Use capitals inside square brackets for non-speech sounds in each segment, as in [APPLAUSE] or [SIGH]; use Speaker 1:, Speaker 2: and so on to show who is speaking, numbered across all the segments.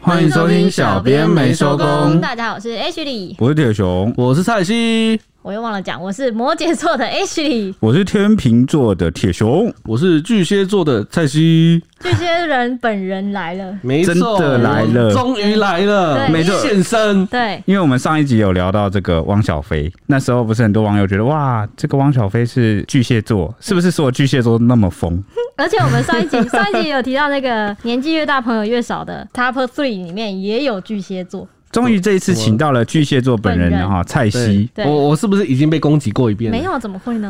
Speaker 1: 欢迎收听小编没收工
Speaker 2: 大家好，我是 H 里，
Speaker 1: 我是铁熊，
Speaker 3: 我是蔡西，
Speaker 2: 我又忘了讲，我是摩羯座的 H 里，
Speaker 1: 我是天秤座的铁熊，
Speaker 3: 我是巨蟹座的蔡西，
Speaker 2: 这些人本人来了，
Speaker 3: 没错，
Speaker 1: 真的来了
Speaker 3: 终于来了，
Speaker 2: 对没
Speaker 1: 错
Speaker 3: 现身。
Speaker 2: 对，
Speaker 1: 因为我们上一集有聊到这个汪小菲，那时候不是很多网友觉得哇，这个汪小菲是巨蟹座，是不是所有巨蟹座都那么疯？
Speaker 2: 而且我们上一集上一集有提到那个年纪越大朋友越少的 Top Three 里面也有巨蟹座，
Speaker 1: 终于这一次请到了巨蟹座本人了哈，蔡西。
Speaker 2: 对
Speaker 3: 我我是不是已经被攻击过一遍了？
Speaker 2: 没，有怎么会呢？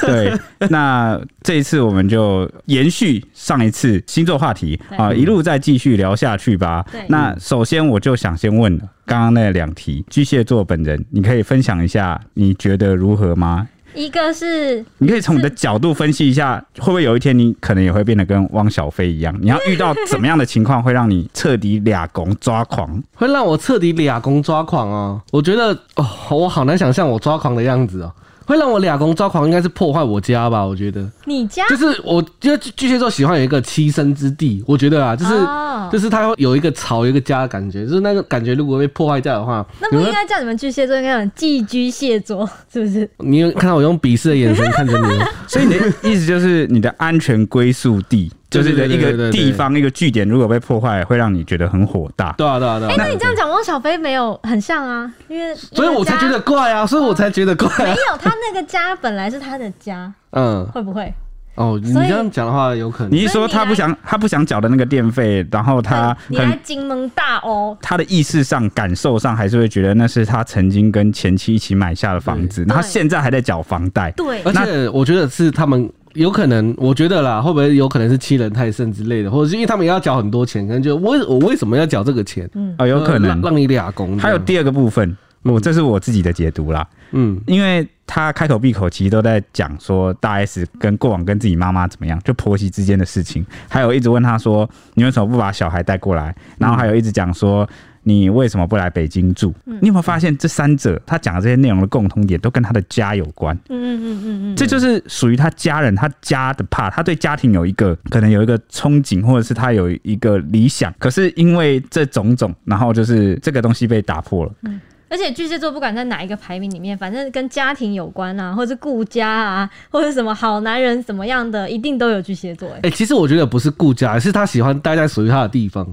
Speaker 1: 对，那这一次我们就延续上一次星座话题
Speaker 2: 对
Speaker 1: 啊，一路再继续聊下去吧
Speaker 2: 对。
Speaker 1: 那首先我就想先问了，刚刚那两题，巨蟹座本人，你可以分享一下你觉得如何吗？
Speaker 2: 一个是
Speaker 1: 你可以从你的角度分析一下，会不会有一天你可能也会变得跟汪小菲一样？你要遇到怎么样的情况会让你彻底俩拱抓
Speaker 2: [LAUGHS]
Speaker 1: 狂？
Speaker 3: 会让我彻底俩公抓狂哦。我觉得哦，我好难想象我抓狂的样子哦。会让我俩公抓狂，应该是破坏我家吧？我觉得，
Speaker 1: 啊
Speaker 2: 你家
Speaker 3: 就是我，因为巨巨蟹座喜欢有一个栖身之地，我觉得啊，就是、
Speaker 2: 哦
Speaker 3: 就是他会有一个巢，有一个家的感觉，就是那个感觉，如果被破坏掉的话，
Speaker 2: 那
Speaker 3: 你
Speaker 2: 不
Speaker 3: 会
Speaker 2: 应该叫你们巨蟹座，应该叫你们寄居蟹座，是不是？
Speaker 3: 你有看到我用鄙视的眼神看着你吗，
Speaker 1: 所以你的意思就是你的安全归宿地，就是你的一
Speaker 3: 对对
Speaker 1: 个
Speaker 3: 对对对
Speaker 1: 地方一个据点，如果被破坏，会让你觉得很火大。
Speaker 3: 对啊，对啊，对啊。
Speaker 2: 哎那你这样讲，汪小菲没有很像啊，因为
Speaker 3: 所以我才觉得怪啊，所以我才觉得怪、
Speaker 2: 没
Speaker 3: 啊。
Speaker 2: 有他那个家本来是他的家，
Speaker 3: 嗯，
Speaker 2: 会不会？
Speaker 3: 哦，你
Speaker 2: 所以
Speaker 3: 这样讲的话，有可能。
Speaker 1: 你是说他不想他不想缴的那个电费，然后他
Speaker 2: 你来
Speaker 1: 很
Speaker 2: 金门大哦，
Speaker 1: 他的意识上、感受上还是会觉得那是他曾经跟前妻一起买下的房子，然后
Speaker 2: 对
Speaker 1: 现在还在缴房贷。
Speaker 2: 对，
Speaker 3: 而且我觉得是他们有可能，我觉得啦，会不会有可能是欺人太甚之类的，或者是因为他们也要缴很多钱，可能就我我为什么要缴这个钱？
Speaker 1: 哦，有可能
Speaker 3: 让。让你俩工。
Speaker 1: 嗯还有
Speaker 3: 这样
Speaker 1: 第二个部分，我
Speaker 3: 嗯
Speaker 1: 这是我自己的解读啦，
Speaker 3: 嗯，
Speaker 1: 因为他开口闭口其实都在讲说大 S 跟过往跟自己妈妈怎么样，就婆媳之间的事情，还有一直问他说你为什么不把小孩带过
Speaker 3: 嗯
Speaker 1: 来，然后还有一直讲说。你为什么不来北京住？
Speaker 3: 嗯
Speaker 1: 你有没有发现这三者他讲的这些内容的共同点都跟他的家有关？
Speaker 2: 嗯嗯嗯嗯
Speaker 1: 这就是属于他家人，他家的怕，他对家庭有一个可能有一个憧憬，或者是他有一个理想。可是因为这种种，然后就是这个东西被打破了。
Speaker 2: 嗯，而且巨蟹座不管在哪一个排名里面，反正跟家庭有关啊，或者是顾家啊，或者是什么好男人怎么样的，一定都有巨蟹座。哎，
Speaker 3: 哎、其实我觉得不是顾家，是他喜欢待在属于他的地方。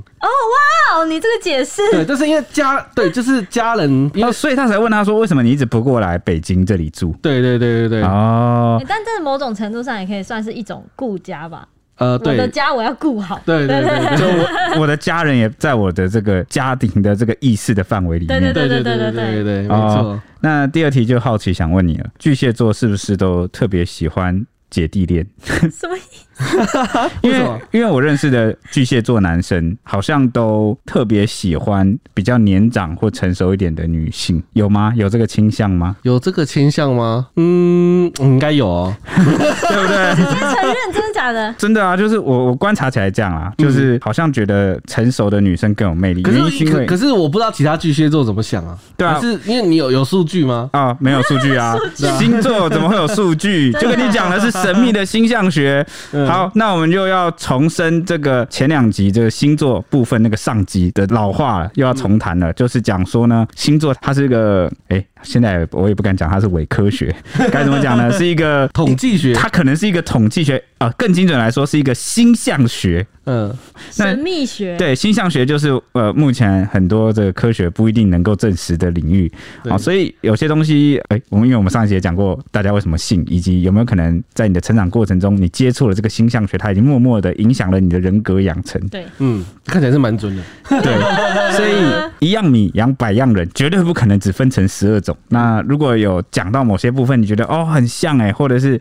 Speaker 2: 哦，你这个解释，
Speaker 3: 对，但是因为家，对，就是家人，因
Speaker 1: 哦，
Speaker 3: 为
Speaker 1: 所以他才问他说，为什么你一直不过来北京这里住？
Speaker 3: 对对对对对， [LAUGHS]
Speaker 1: 哦
Speaker 2: 哎，但这某种程度上也可以算是一种顾家吧。
Speaker 3: 呃，
Speaker 2: 我
Speaker 3: 对
Speaker 2: 的家我要顾好。
Speaker 3: 对对对对
Speaker 1: 就我我的家人也在我的这个家庭的这个意识的范围里面。
Speaker 2: 对
Speaker 3: 对对对对对对，没错
Speaker 1: 哦。那第二题就好奇想问你了，巨蟹座是不是都特别喜欢姐弟恋？
Speaker 2: [LAUGHS] 什么意？
Speaker 1: 因
Speaker 3: 为
Speaker 1: 为
Speaker 3: 什么
Speaker 1: 因为我认识的巨蟹座男生好像都特别喜欢比较年长或成熟一点的女性，有吗？有这个倾向吗？
Speaker 3: 有这个倾向吗？嗯，应该有哦。
Speaker 1: 对不对？
Speaker 2: 你先承认，真的假的？
Speaker 3: [LAUGHS]
Speaker 1: 真的啊，就是我我观察起来这样啊，就是好像觉得成熟的女生更有魅力，
Speaker 3: 嗯可
Speaker 1: 原因是
Speaker 3: 是
Speaker 1: 因
Speaker 3: 可
Speaker 1: 为
Speaker 3: 可是我不知道其他巨蟹座怎么想啊？
Speaker 1: 对啊
Speaker 3: 还是因为你有有数据吗？
Speaker 1: 啊、没有 [LAUGHS] 数据啊，星座怎么会有数 [LAUGHS] 据？
Speaker 2: 真
Speaker 1: 就
Speaker 2: 的
Speaker 1: 跟你讲的是神秘的星象学。
Speaker 3: 嗯
Speaker 1: 好，那我们就要重申这个前两集这个星座部分那个上集的老话了，又要重谈了，就是讲说呢，星座它是一个，哎、现在我也不敢讲它是伪科 [LAUGHS] 学，该怎么讲呢？是一个
Speaker 3: 统。计学，
Speaker 1: 它可能是一个统计学啊、更精准来说是一个星象学。
Speaker 3: 嗯，
Speaker 1: 那
Speaker 2: 神秘学。。
Speaker 1: 对，星象学就是呃，目前很多这个科学不一定能够证实的领域。
Speaker 3: 对
Speaker 1: 啊、所以有些东西，哎、我们因为我们上一节讲过，大家为什么信，以及有没有可能在你的成长过程中，你接触了这个星象学，它已经默默的影响了你的人格养成
Speaker 2: 对，
Speaker 3: 嗯，看起来是蛮准的。
Speaker 1: 对，所以一样米养百样人，绝对不可能只分成十二种。那如果有讲到某些部分，你觉得哦很像哎、或者是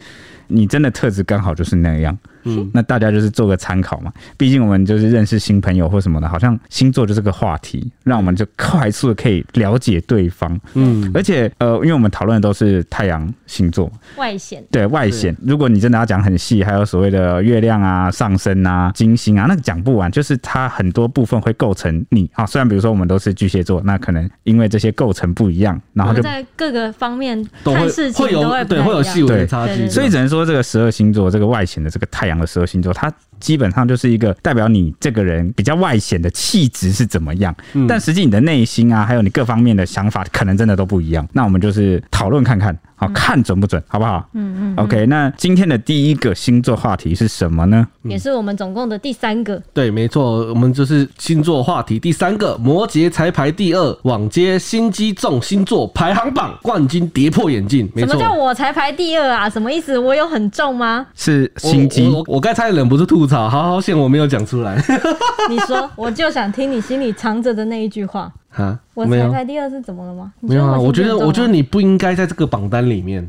Speaker 1: 你真的特质刚好就是那样，
Speaker 3: 嗯，
Speaker 1: 那大家就是做个参考嘛。毕竟我们就是认识新朋友或什么的，好像星座就是个话题，让我们就快速的可以了解对方。
Speaker 3: 嗯，
Speaker 1: 而且呃，因为我们讨论的都是太阳星座，
Speaker 2: 外显。
Speaker 1: 对外显。如果你真的要讲很细，还有所谓的月亮啊、上升啊、金星啊，那个讲不完，就是它很多部分会构成你啊。虽然比如说我们都是巨蟹座，那可能因为这些构成不一样，然后
Speaker 2: 我们
Speaker 1: 就。
Speaker 2: 在各个方面
Speaker 3: 都
Speaker 2: 看
Speaker 3: 会
Speaker 2: 事情
Speaker 3: 会
Speaker 2: 都会
Speaker 3: 有
Speaker 2: 不太
Speaker 3: 对会有
Speaker 2: 一样
Speaker 3: 细微的
Speaker 1: 对
Speaker 3: 差距，
Speaker 2: 对对对
Speaker 1: 所以只能说这个十二星座，这个外显的这个太阳的十二星座，它基本上就是一个代表你这个人比较外显的气质是怎么样，但实际你的内心啊，还有你各方面的想法，可能真的都不一样。那我们就是讨论看看，好看准不准，好不好？嗯嗯嗯。OK，那今天的第一个星座话题是什么呢？
Speaker 3: 嗯
Speaker 2: 也是我们总共的第三个。
Speaker 3: 对，没错，我们就是星座话题第三个，摩羯才排第二，网接心机重星座排行榜冠军跌破眼镜，没
Speaker 2: 什么
Speaker 3: 错。
Speaker 2: 叫我才排第二啊？什么意思？我有很重吗？
Speaker 1: 是心机
Speaker 3: 我我我我刚才忍不住吐槽，好好险我没有讲出来 [LAUGHS]
Speaker 2: 你说，我就想听你心里藏着的那一句话。
Speaker 3: 啊，
Speaker 2: 我
Speaker 3: 没
Speaker 2: 才
Speaker 3: 有
Speaker 2: 排第二是怎么了吗？你
Speaker 3: 没有啊，我觉
Speaker 2: 心里
Speaker 3: 得
Speaker 2: 很重吗
Speaker 3: 我觉得你不应该在这个榜单里面，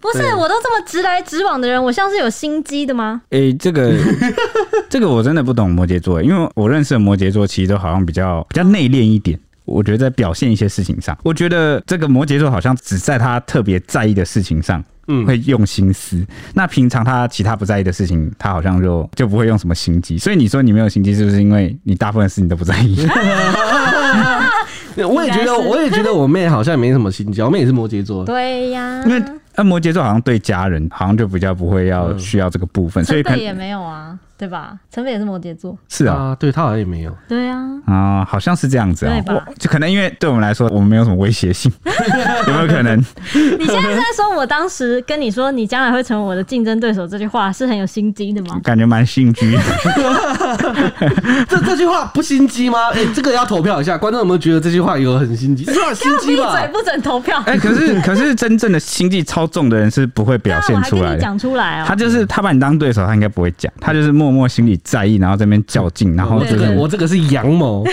Speaker 2: 不是，
Speaker 3: 对
Speaker 2: 我都这么直来直往的人，我像是有心机的吗？
Speaker 1: 诶、这个 [LAUGHS] 这个我真的不懂摩羯座，因为我认识的摩羯座其实都好像比较比较内敛一点。我觉得在表现一些事情上，我觉得这个摩羯座好像只在他特别在意的事情上。
Speaker 3: 嗯
Speaker 1: 会用心思，那平常他其他不在意的事情，他好像就就不会用什么心机。所以你说你没有心机，是不是因为你大部分事情都不在意？
Speaker 3: 我也觉得
Speaker 2: 应该是
Speaker 3: 我也觉得我妹好像没什么心机，我妹也是摩羯座，
Speaker 1: 啊
Speaker 2: 对呀，
Speaker 1: 因为呃，摩羯座好像对家人好像就比较不会要需要这个部分，所以
Speaker 2: 陈
Speaker 1: 可
Speaker 2: 北也
Speaker 1: 能
Speaker 2: 没有啊，对吧？陈北也是摩羯座，
Speaker 1: 是啊，
Speaker 3: 啊，对她好像也没有， [LAUGHS]
Speaker 2: 对啊，
Speaker 1: 啊、好像是这样子啊、
Speaker 2: 对吧
Speaker 1: 我就可能因为对我们来说，我们没有什么威胁性，有没有可能？
Speaker 2: 你现在是在说我当时跟你说你将来会成为我的竞争对手这句话是很有心机的吗？
Speaker 1: 感觉蛮心虚。
Speaker 3: 这这句话不心机吗？哎、这个要投票一下，观众有没有觉得这句话有很心机？
Speaker 2: 啊
Speaker 3: 这句话很心机
Speaker 2: 闭
Speaker 3: 吧
Speaker 2: 嘴，？不准投票。
Speaker 1: 哎、可是可是真正的心计超重的人是不会表
Speaker 2: 那我
Speaker 1: 现
Speaker 2: 还
Speaker 1: 出来
Speaker 2: 跟你
Speaker 1: 的。
Speaker 2: 讲出来
Speaker 1: 他
Speaker 2: 哦，
Speaker 1: 就是他把你当对手，他应该不会讲，他就是默默心里在意，然后这边较劲，然后
Speaker 3: 我
Speaker 1: 就
Speaker 3: 这个
Speaker 1: 是
Speaker 3: 我这个是阳谋，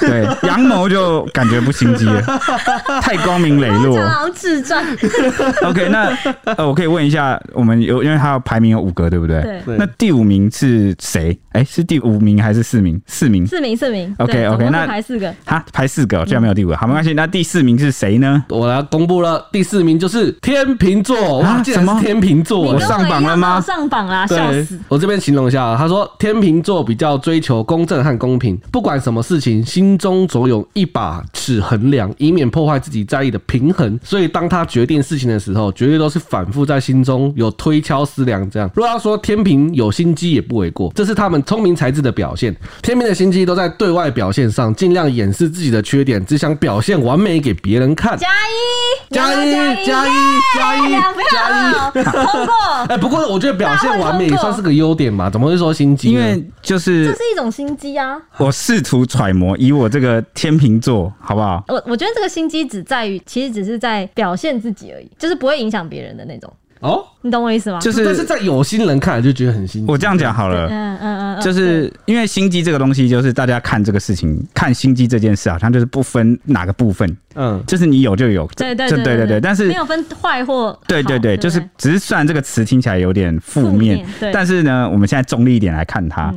Speaker 1: 对阳谋就感觉不心机了，太光明磊
Speaker 2: [LAUGHS]
Speaker 1: 落
Speaker 2: 讲。得好像智障。
Speaker 1: OK，那呃，我可以问一下，我们有因为他排名有五个，对不对？
Speaker 2: 对，
Speaker 3: 对
Speaker 1: 那第五名是谁？哎、是第五名还是四名？四名。
Speaker 2: 四名四名。
Speaker 1: OK，
Speaker 2: 对
Speaker 1: OK，
Speaker 2: 总共
Speaker 1: 那
Speaker 2: 是排四个。
Speaker 1: 哈，排四个哦，居然没有第五个，好，没关系。那第四名是谁呢？
Speaker 3: 我来公布了，第四名就是天秤座，
Speaker 1: 啊
Speaker 3: 哇，竟
Speaker 1: 什
Speaker 3: 然
Speaker 1: 么
Speaker 3: 是天秤
Speaker 2: 你
Speaker 3: 座
Speaker 1: 我
Speaker 2: 跟
Speaker 1: 是
Speaker 3: 哎。
Speaker 1: 上榜了吗
Speaker 2: 一样上榜啦，啊笑
Speaker 3: 对
Speaker 2: 死！，
Speaker 3: 我这边形容一下啊，他说天秤座比较追求公正和公平，不管什么事情，心中总有一把尺衡量，以免破坏自己在意的平衡。所以当他决定事情的时候，绝对都是反复在心中有推敲思量。这样，如果要说天平有心机也不为过，这是他们聪明才智的表现。天平的心机都在对外表现上，尽量掩饰自己的缺点，只想表现完美给别人看。
Speaker 2: 加一，
Speaker 3: 加
Speaker 2: 有没有
Speaker 3: 一加一加
Speaker 2: 哎
Speaker 3: 一
Speaker 2: 呀不
Speaker 3: 加一！
Speaker 2: 要通
Speaker 1: [LAUGHS]
Speaker 2: 过，
Speaker 3: 哎，不过我觉得表现完美也算是个优点吧，怎么会说心机呢？
Speaker 1: 因为就
Speaker 2: 这
Speaker 1: 是
Speaker 2: 是一种心机啊。
Speaker 1: 我试图揣摩，以我这个天秤座，好不好？
Speaker 2: 我我觉得这个心机只在于，其实只是在表现自己而已，就是不会影响别人的那种，
Speaker 3: 哦，
Speaker 2: 你懂我意思吗？
Speaker 1: 就
Speaker 3: 但是
Speaker 1: 是
Speaker 3: 在有心人看来就觉得很心机。
Speaker 1: 我这样讲好了。
Speaker 2: 嗯嗯嗯，
Speaker 1: 就是因为心机这个东西，就是大家看这个事情，看心机这件事，好像就是不分哪个部分，
Speaker 3: 嗯，
Speaker 1: 就是你有就有，
Speaker 2: 对对
Speaker 1: 这
Speaker 2: 对
Speaker 1: 对对对，但是
Speaker 2: 没有分坏或好
Speaker 1: 对对对，
Speaker 2: 对，
Speaker 1: 就是
Speaker 2: 不
Speaker 1: 只是虽然这个词听起来有点负面，
Speaker 2: 负面对
Speaker 1: 但是呢，我们现在中立一点来看它。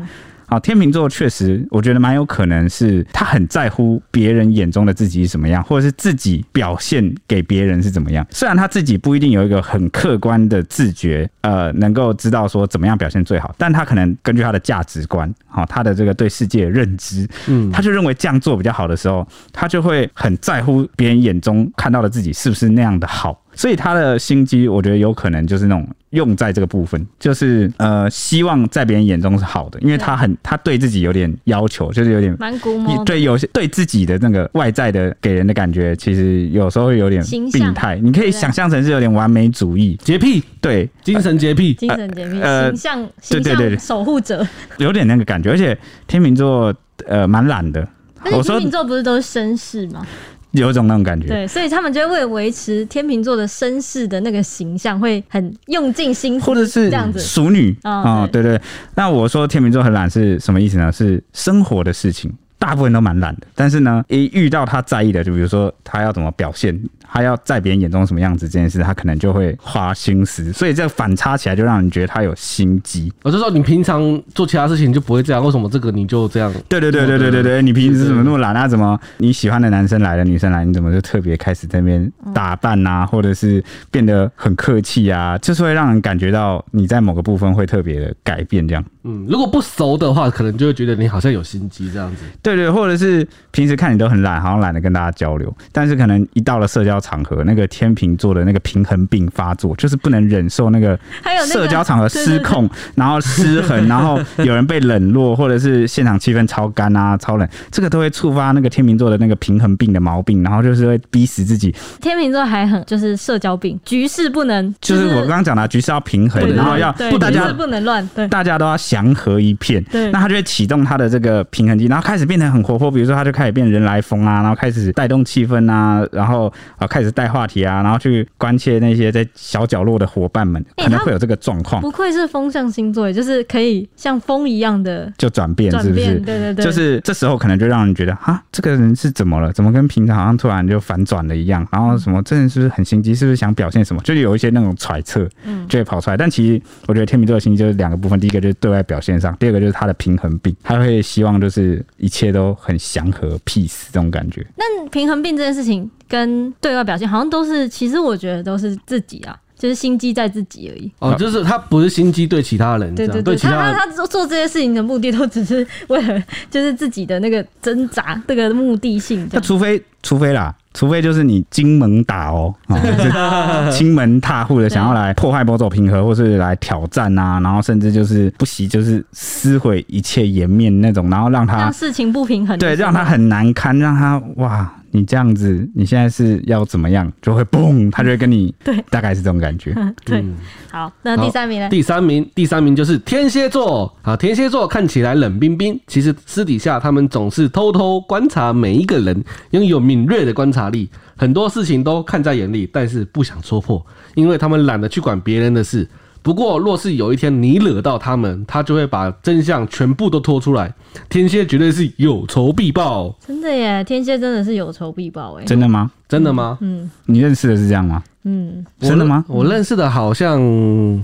Speaker 1: 好，天秤座确实，我觉得蛮有可能是他很在乎别人眼中的自己是什么样，或者是自己表现给别人是怎么样。虽然他自己不一定有一个很客观的自觉，呃，能够知道说怎么样表现最好，但他可能根据他的价值观，好、他的这个对世界的认知，
Speaker 3: 嗯
Speaker 1: 他就认为这样做比较好的时候，他就会很在乎别人眼中看到的自己是不是那样的好。所以他的心机，我觉得有可能就是那种用在这个部分，就是呃，希望在别人眼中是好的，因为他很他对自己有点要求，就是有点
Speaker 2: 对蛮古摸的。
Speaker 1: 对有些对自己的那个外在的给人的感觉，其实有时候会有点
Speaker 2: 形象
Speaker 1: 病态。你可以
Speaker 2: 对啊
Speaker 1: 想象成是有点完美主义，
Speaker 3: 洁癖，
Speaker 1: 对，
Speaker 3: 精神洁癖，
Speaker 2: 精神洁癖，
Speaker 1: 呃
Speaker 2: 形象
Speaker 1: 对
Speaker 2: 形
Speaker 1: 对对对
Speaker 2: 象守护者。
Speaker 1: 有点那个感觉。而且天秤座呃蛮懒的，
Speaker 2: 而且天
Speaker 1: 我说
Speaker 2: 秤座不是都是绅士吗？
Speaker 1: 有一种那种感觉，
Speaker 2: 对，所以他们就会为了维持天秤座的绅士的那个形象，会很用尽心思，
Speaker 1: 或者是
Speaker 2: 这样子。
Speaker 1: 熟女
Speaker 2: 哦
Speaker 1: 啊、对对。那我说天秤座很懒是什么意思呢？是生活的事情。大部分都蛮懒的，但是呢，一遇到他在意的，就比如说他要怎么表现，他要在别人眼中什么样子这件事，他可能就会花心思，所以这反差起来就让人觉得他有心机。
Speaker 3: 我就说你平常做其他事情就不会这样，为什么这个你就这样？
Speaker 1: 对对对对对对对，你平时怎么那么懒啊？怎么你喜欢的男生来了，女生来，你怎么就特别开始在那边
Speaker 2: 嗯
Speaker 1: 打扮啊，或者是变得很客气啊？就是会让人感觉到你在某个部分会特别的改变这样。
Speaker 3: 嗯，如果不熟的话，可能就会觉得你好像有心机这样子。
Speaker 1: 对对，或者是平时看你都很懒，好像懒得跟大家交流，但是可能一到了社交场合，那个天秤座的那个平衡病发作，就是不能忍受那个
Speaker 2: 还有那个
Speaker 1: 社交场合失控，然后失衡，然后有人被冷落，或者是现场气氛超干啊、超冷，这个都会触发那个天秤座的那个平衡病的毛病，然后就是会逼死自己。
Speaker 2: 天秤座还很就是社交病，局势不能
Speaker 1: 就是我刚刚讲的啊，局势要平衡
Speaker 2: 对，
Speaker 1: 然后要
Speaker 2: 对
Speaker 1: 大
Speaker 2: 局
Speaker 1: 家
Speaker 2: 势不能乱，对
Speaker 1: 大家都要祥和一片，
Speaker 2: [LAUGHS] 对
Speaker 1: 那他就会启动他的这个平衡机，然后开始变得很活泼，比如说他就开始变人来疯啊，然后开始带动气氛啊，然后啊开始带话题啊，然后去关切那些在小角落的伙伴们，
Speaker 2: 欸
Speaker 1: 可能会有这个状况
Speaker 2: 不愧是风象星座，也就是可以像风一样的
Speaker 1: 就转变，
Speaker 2: 转
Speaker 1: 是不
Speaker 2: 变，
Speaker 1: 是？
Speaker 2: 对对对，
Speaker 1: 就是这时候可能就让人觉得啊，这个人是怎么了？怎么跟平常好像突然就反转了一样？然后什么，这人是不是很心机？是不是想表现什么？就是有一些那种揣测，就会跑出来。但其实我觉得天秤座的心机就是两个部分，第一个就是对外表现上，第二个就是他的平衡病，他会希望就是一切都很祥和 peace 这种感觉。
Speaker 2: 但平衡病这件事情跟对外表现好像都是，其实我觉得都是自己啊，就是心机在自己而已。
Speaker 3: 哦，就是他不是心机对其他人这
Speaker 2: 对
Speaker 3: 样，
Speaker 2: 对对，
Speaker 3: 其
Speaker 2: 他
Speaker 3: 他
Speaker 2: 他
Speaker 3: 人。
Speaker 2: 他做做这些事情的目的都只是为了就是自己的那个挣扎，这个目的性这
Speaker 1: 那
Speaker 2: 样。
Speaker 1: 除非除非啦，除非就是你金门打哦，啊、就是 [LAUGHS] 亲门踏户的想要来破坏某种平和，或是来挑战啊，然后甚至就是不惜就是撕毁一切颜面那种，然后让他
Speaker 2: 让事情不平衡的时
Speaker 1: 对
Speaker 2: 候，
Speaker 1: 让他很难堪，让他哇，你这样子，你现在是要怎么样，就会嘣，他就会跟你
Speaker 2: [LAUGHS] 对哎
Speaker 1: 大概是这种感
Speaker 2: [LAUGHS]
Speaker 1: 觉。
Speaker 2: 对。好，那第三名呢？
Speaker 3: 第三名，第三名就是天蝎座啊。天蝎座看起来冷冰冰，其实私底下他们总是偷偷观察每一个人，拥有敏锐的观察力，很多事情都看在眼里，但是不想说破，因为他们懒得去管别人的事。不过，若是有一天你惹到他们，他就会把真相全部都拖出来。天蝎绝对是有仇必报，
Speaker 2: 真的耶，天蝎真的是有仇必报哎。
Speaker 1: 真的吗？
Speaker 3: 真的吗？
Speaker 2: 嗯
Speaker 1: 你认识的是这样吗？
Speaker 2: 嗯，
Speaker 3: 我
Speaker 1: 真的吗？
Speaker 3: 我认识的好像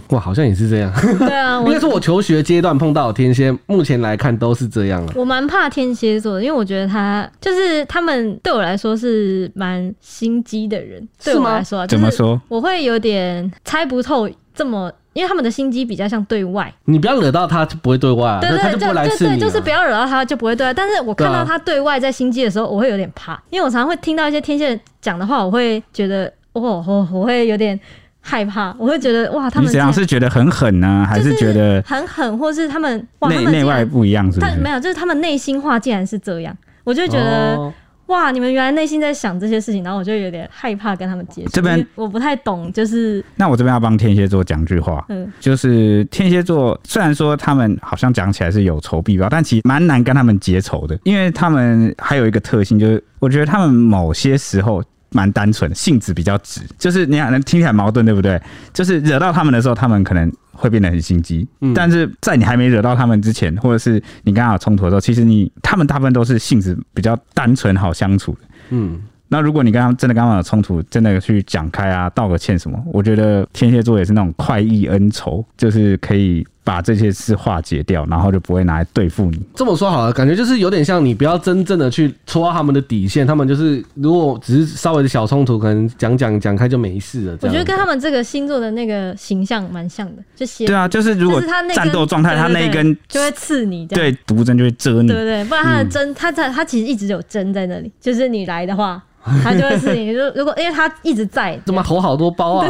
Speaker 3: 哇，好像也是这样。
Speaker 2: 对
Speaker 1: [LAUGHS]
Speaker 2: 啊，
Speaker 3: 应
Speaker 2: 我
Speaker 3: 该是我求学阶段碰到的天蝎，目前来看都是这样了。
Speaker 2: 我蛮怕天蝎座的，因为我觉得他就是他们对我来说是蛮心机的人，对
Speaker 3: 是
Speaker 2: 我
Speaker 3: 吗
Speaker 2: 来说啊
Speaker 1: 怎么？
Speaker 2: 就是
Speaker 1: 说？
Speaker 2: 我会有点猜不透这么。因为他们的心机比较像对外，
Speaker 3: 你不要惹到他，就不会对外、啊，
Speaker 2: 对
Speaker 3: 他
Speaker 2: 对，
Speaker 3: 就
Speaker 2: 就
Speaker 3: 不会来
Speaker 2: 对
Speaker 3: 刺你、
Speaker 2: 对，
Speaker 3: 啊。
Speaker 2: 就是不要惹到他，就不会对外。但是我看
Speaker 3: 对
Speaker 2: 到
Speaker 3: 啊
Speaker 2: 他对外在心机的时候，我会有点怕，因为我常常会听到一些天蝎人讲的话，我会觉得，哦，我我会有点害怕，我会觉得哇，他
Speaker 1: 你
Speaker 2: 们
Speaker 1: 怎样
Speaker 2: 竟
Speaker 1: 是觉得很狠呢，还
Speaker 2: 然就是
Speaker 1: 觉得
Speaker 2: 很狠，或是他们哇，他
Speaker 1: 内
Speaker 2: 们
Speaker 1: 内
Speaker 2: 竟
Speaker 1: 外
Speaker 2: 然
Speaker 1: 不一样？是不
Speaker 2: 他
Speaker 1: 是
Speaker 2: 没？有，就是他们内心话竟然是这样，我就会觉得、
Speaker 3: 哦
Speaker 2: 哇，你们原来内心在想这些事情，然后我就有点害怕跟他们接触。
Speaker 1: 这边
Speaker 2: 因为我不太懂，就是
Speaker 1: 那我这边要帮天蝎座讲句话，
Speaker 2: 嗯，
Speaker 1: 就是天蝎座，虽然说他们好像讲起来是有仇必报，但其实蛮难跟他们结仇的，因为他们还有一个特性，就是我觉得他们某些时候。蛮单纯，性子比较直，就是你看听起来矛盾，对不对？就是惹到他们的时候，他们可能会变得很心机，
Speaker 3: 嗯
Speaker 1: 但是在你还没惹到他们之前，或者是你刚好冲突的时候，其实你他们大部分都是性子比较单纯、好相处的。
Speaker 3: 嗯，
Speaker 1: 那如果你跟他们真的刚刚有冲突，真的去讲开啊，道个歉什么，我觉得天蝎座也是那种快意恩仇，就是可以把这些事化解掉，然后就不会拿来对付你。
Speaker 3: 这么说好了，感觉就是有点像你不要真正的去戳到他们的底线，他们就是如果只是稍微的小冲突，可能讲讲讲开就没事了。这样
Speaker 2: 我 [LAUGHS] 觉得跟他们这个星座的那个形象蛮像的，就写
Speaker 1: 对啊，就是如果
Speaker 2: 就是他那根
Speaker 1: 战斗状态，
Speaker 2: 对
Speaker 1: 他那一根
Speaker 2: 就会刺你这样。
Speaker 1: 对毒针就会蛰
Speaker 3: 嗯
Speaker 2: 对
Speaker 1: 你
Speaker 2: 对。对，不然他的针，他在他其实一直有针在那里，就是你来的话，他就会刺你。 [LAUGHS] 就如果因为他一直在，
Speaker 3: 怎么头好多包
Speaker 2: [LAUGHS]
Speaker 3: 啊？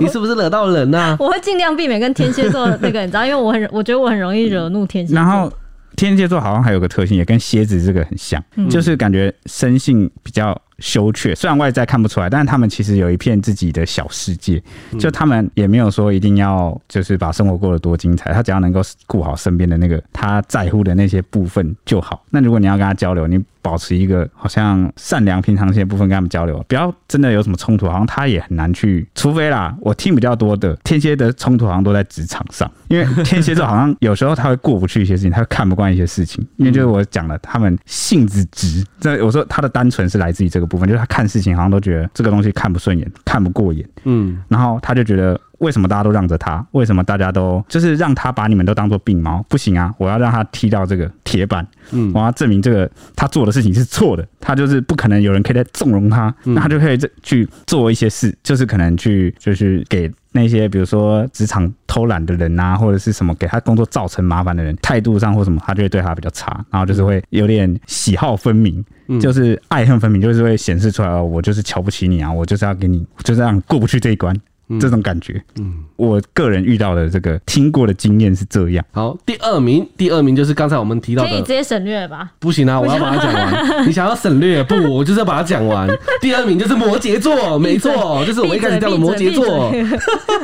Speaker 3: 你是不是惹到人啊？
Speaker 2: 我会尽量避免跟天蝎座那个，你知道，因为我很我觉得我很容易惹怒天蝎座。
Speaker 1: 然后天蝎座好像还有个特性，也跟蝎子这个很像，
Speaker 2: 嗯
Speaker 1: 就是感觉生性比较羞怯，虽然外在看不出来，但是他们其实有一片自己的小世界，就他们也没有说一定要就是把生活过得多精彩，他只要能够顾好身边的那个他在乎的那些部分就好。那如果你要跟他交流，你保持一个好像善良平常心的部分跟他们交流，不要真的有什么冲突，好像他也很难去，除非啦，我听比较多的天蝎的冲突好像都在职场上，因为天蝎座好像有时候他会过不去一些事情，他会看不惯一些事情，因为就是我讲了，他们性子直，这我说他的单纯是来自于这个部分，就是他看事情好像都觉得这个东西看不顺眼，看不过眼，
Speaker 3: 嗯，
Speaker 1: 然后他就觉得为什么大家都让着他？为什么大家都就是让他把你们都当做病猫？不行啊！我要让他踢到这个铁板，
Speaker 3: 嗯
Speaker 1: 我要证明这个他做的事情是错的，他就是不可能有人可以再纵容他，那他就可以这去做一些事，就是可能去就是给。那些比如说职场偷懒的人啊，或者是什么给他工作造成麻烦的人，态度上或什么，他就会对他比较差，然后就是会有点喜好分明，
Speaker 3: 嗯
Speaker 1: 就是爱恨分明，就是会显示出来哦，我就是瞧不起你啊，我就是要给你，就是让你过不去这一关，这种感觉。
Speaker 3: 嗯，
Speaker 1: 我个人遇到的这个听过的经验是这样，
Speaker 3: 好，第二名，第二名就是刚才我们提到
Speaker 2: 可以直
Speaker 3: 的。
Speaker 2: 接省略吧？
Speaker 3: 不行啊！我要把它讲
Speaker 2: [LAUGHS]
Speaker 3: 完。你想要省略不？我就是要把它讲完。第二名就是摩羯座，没错，就是我们一开始讲的摩羯座。
Speaker 2: 闭嘴，闭 [LAUGHS] 嘴闭嘴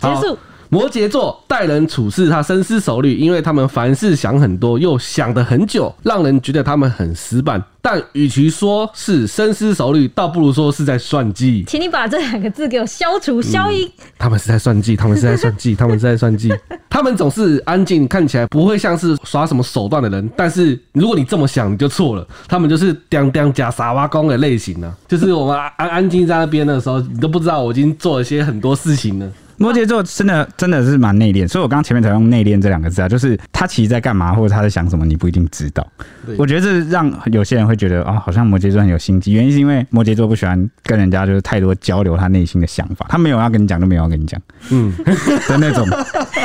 Speaker 3: 好
Speaker 2: 结束。
Speaker 3: 摩羯座待人处事，他深思熟虑，因为他们凡事想很多，又想得很久，让人觉得他们很死板。但与其说是深思熟虑，倒不如说是在算计。
Speaker 2: 请你把这两个字给我消除
Speaker 3: 嗯
Speaker 2: 消音。
Speaker 3: 他们是在算计，他们是在算计，他们是在算 [LAUGHS] 计。他们总是安静，看起来不会像是耍什么手段的人。但是如果你这么想，你就错了。他们就是当当假傻挖工的类型啊，就是我们安安安静在那边的时候，你都不知道我已经做了些很多事情了。
Speaker 1: 摩羯座真的真的是蛮内敛，所以我刚刚前面才用内敛这两个字啊，就是他其实在干嘛或者他在想什么，你不一定知道
Speaker 3: 对。
Speaker 1: 我觉得这让有些人会觉得啊、好像摩羯座很有心机，原因是因为摩羯座不喜欢跟人家就是太多交流他内心的想法，他没有要跟你讲就没有要跟你讲
Speaker 3: 嗯，
Speaker 1: 的
Speaker 3: [LAUGHS]
Speaker 1: 那种。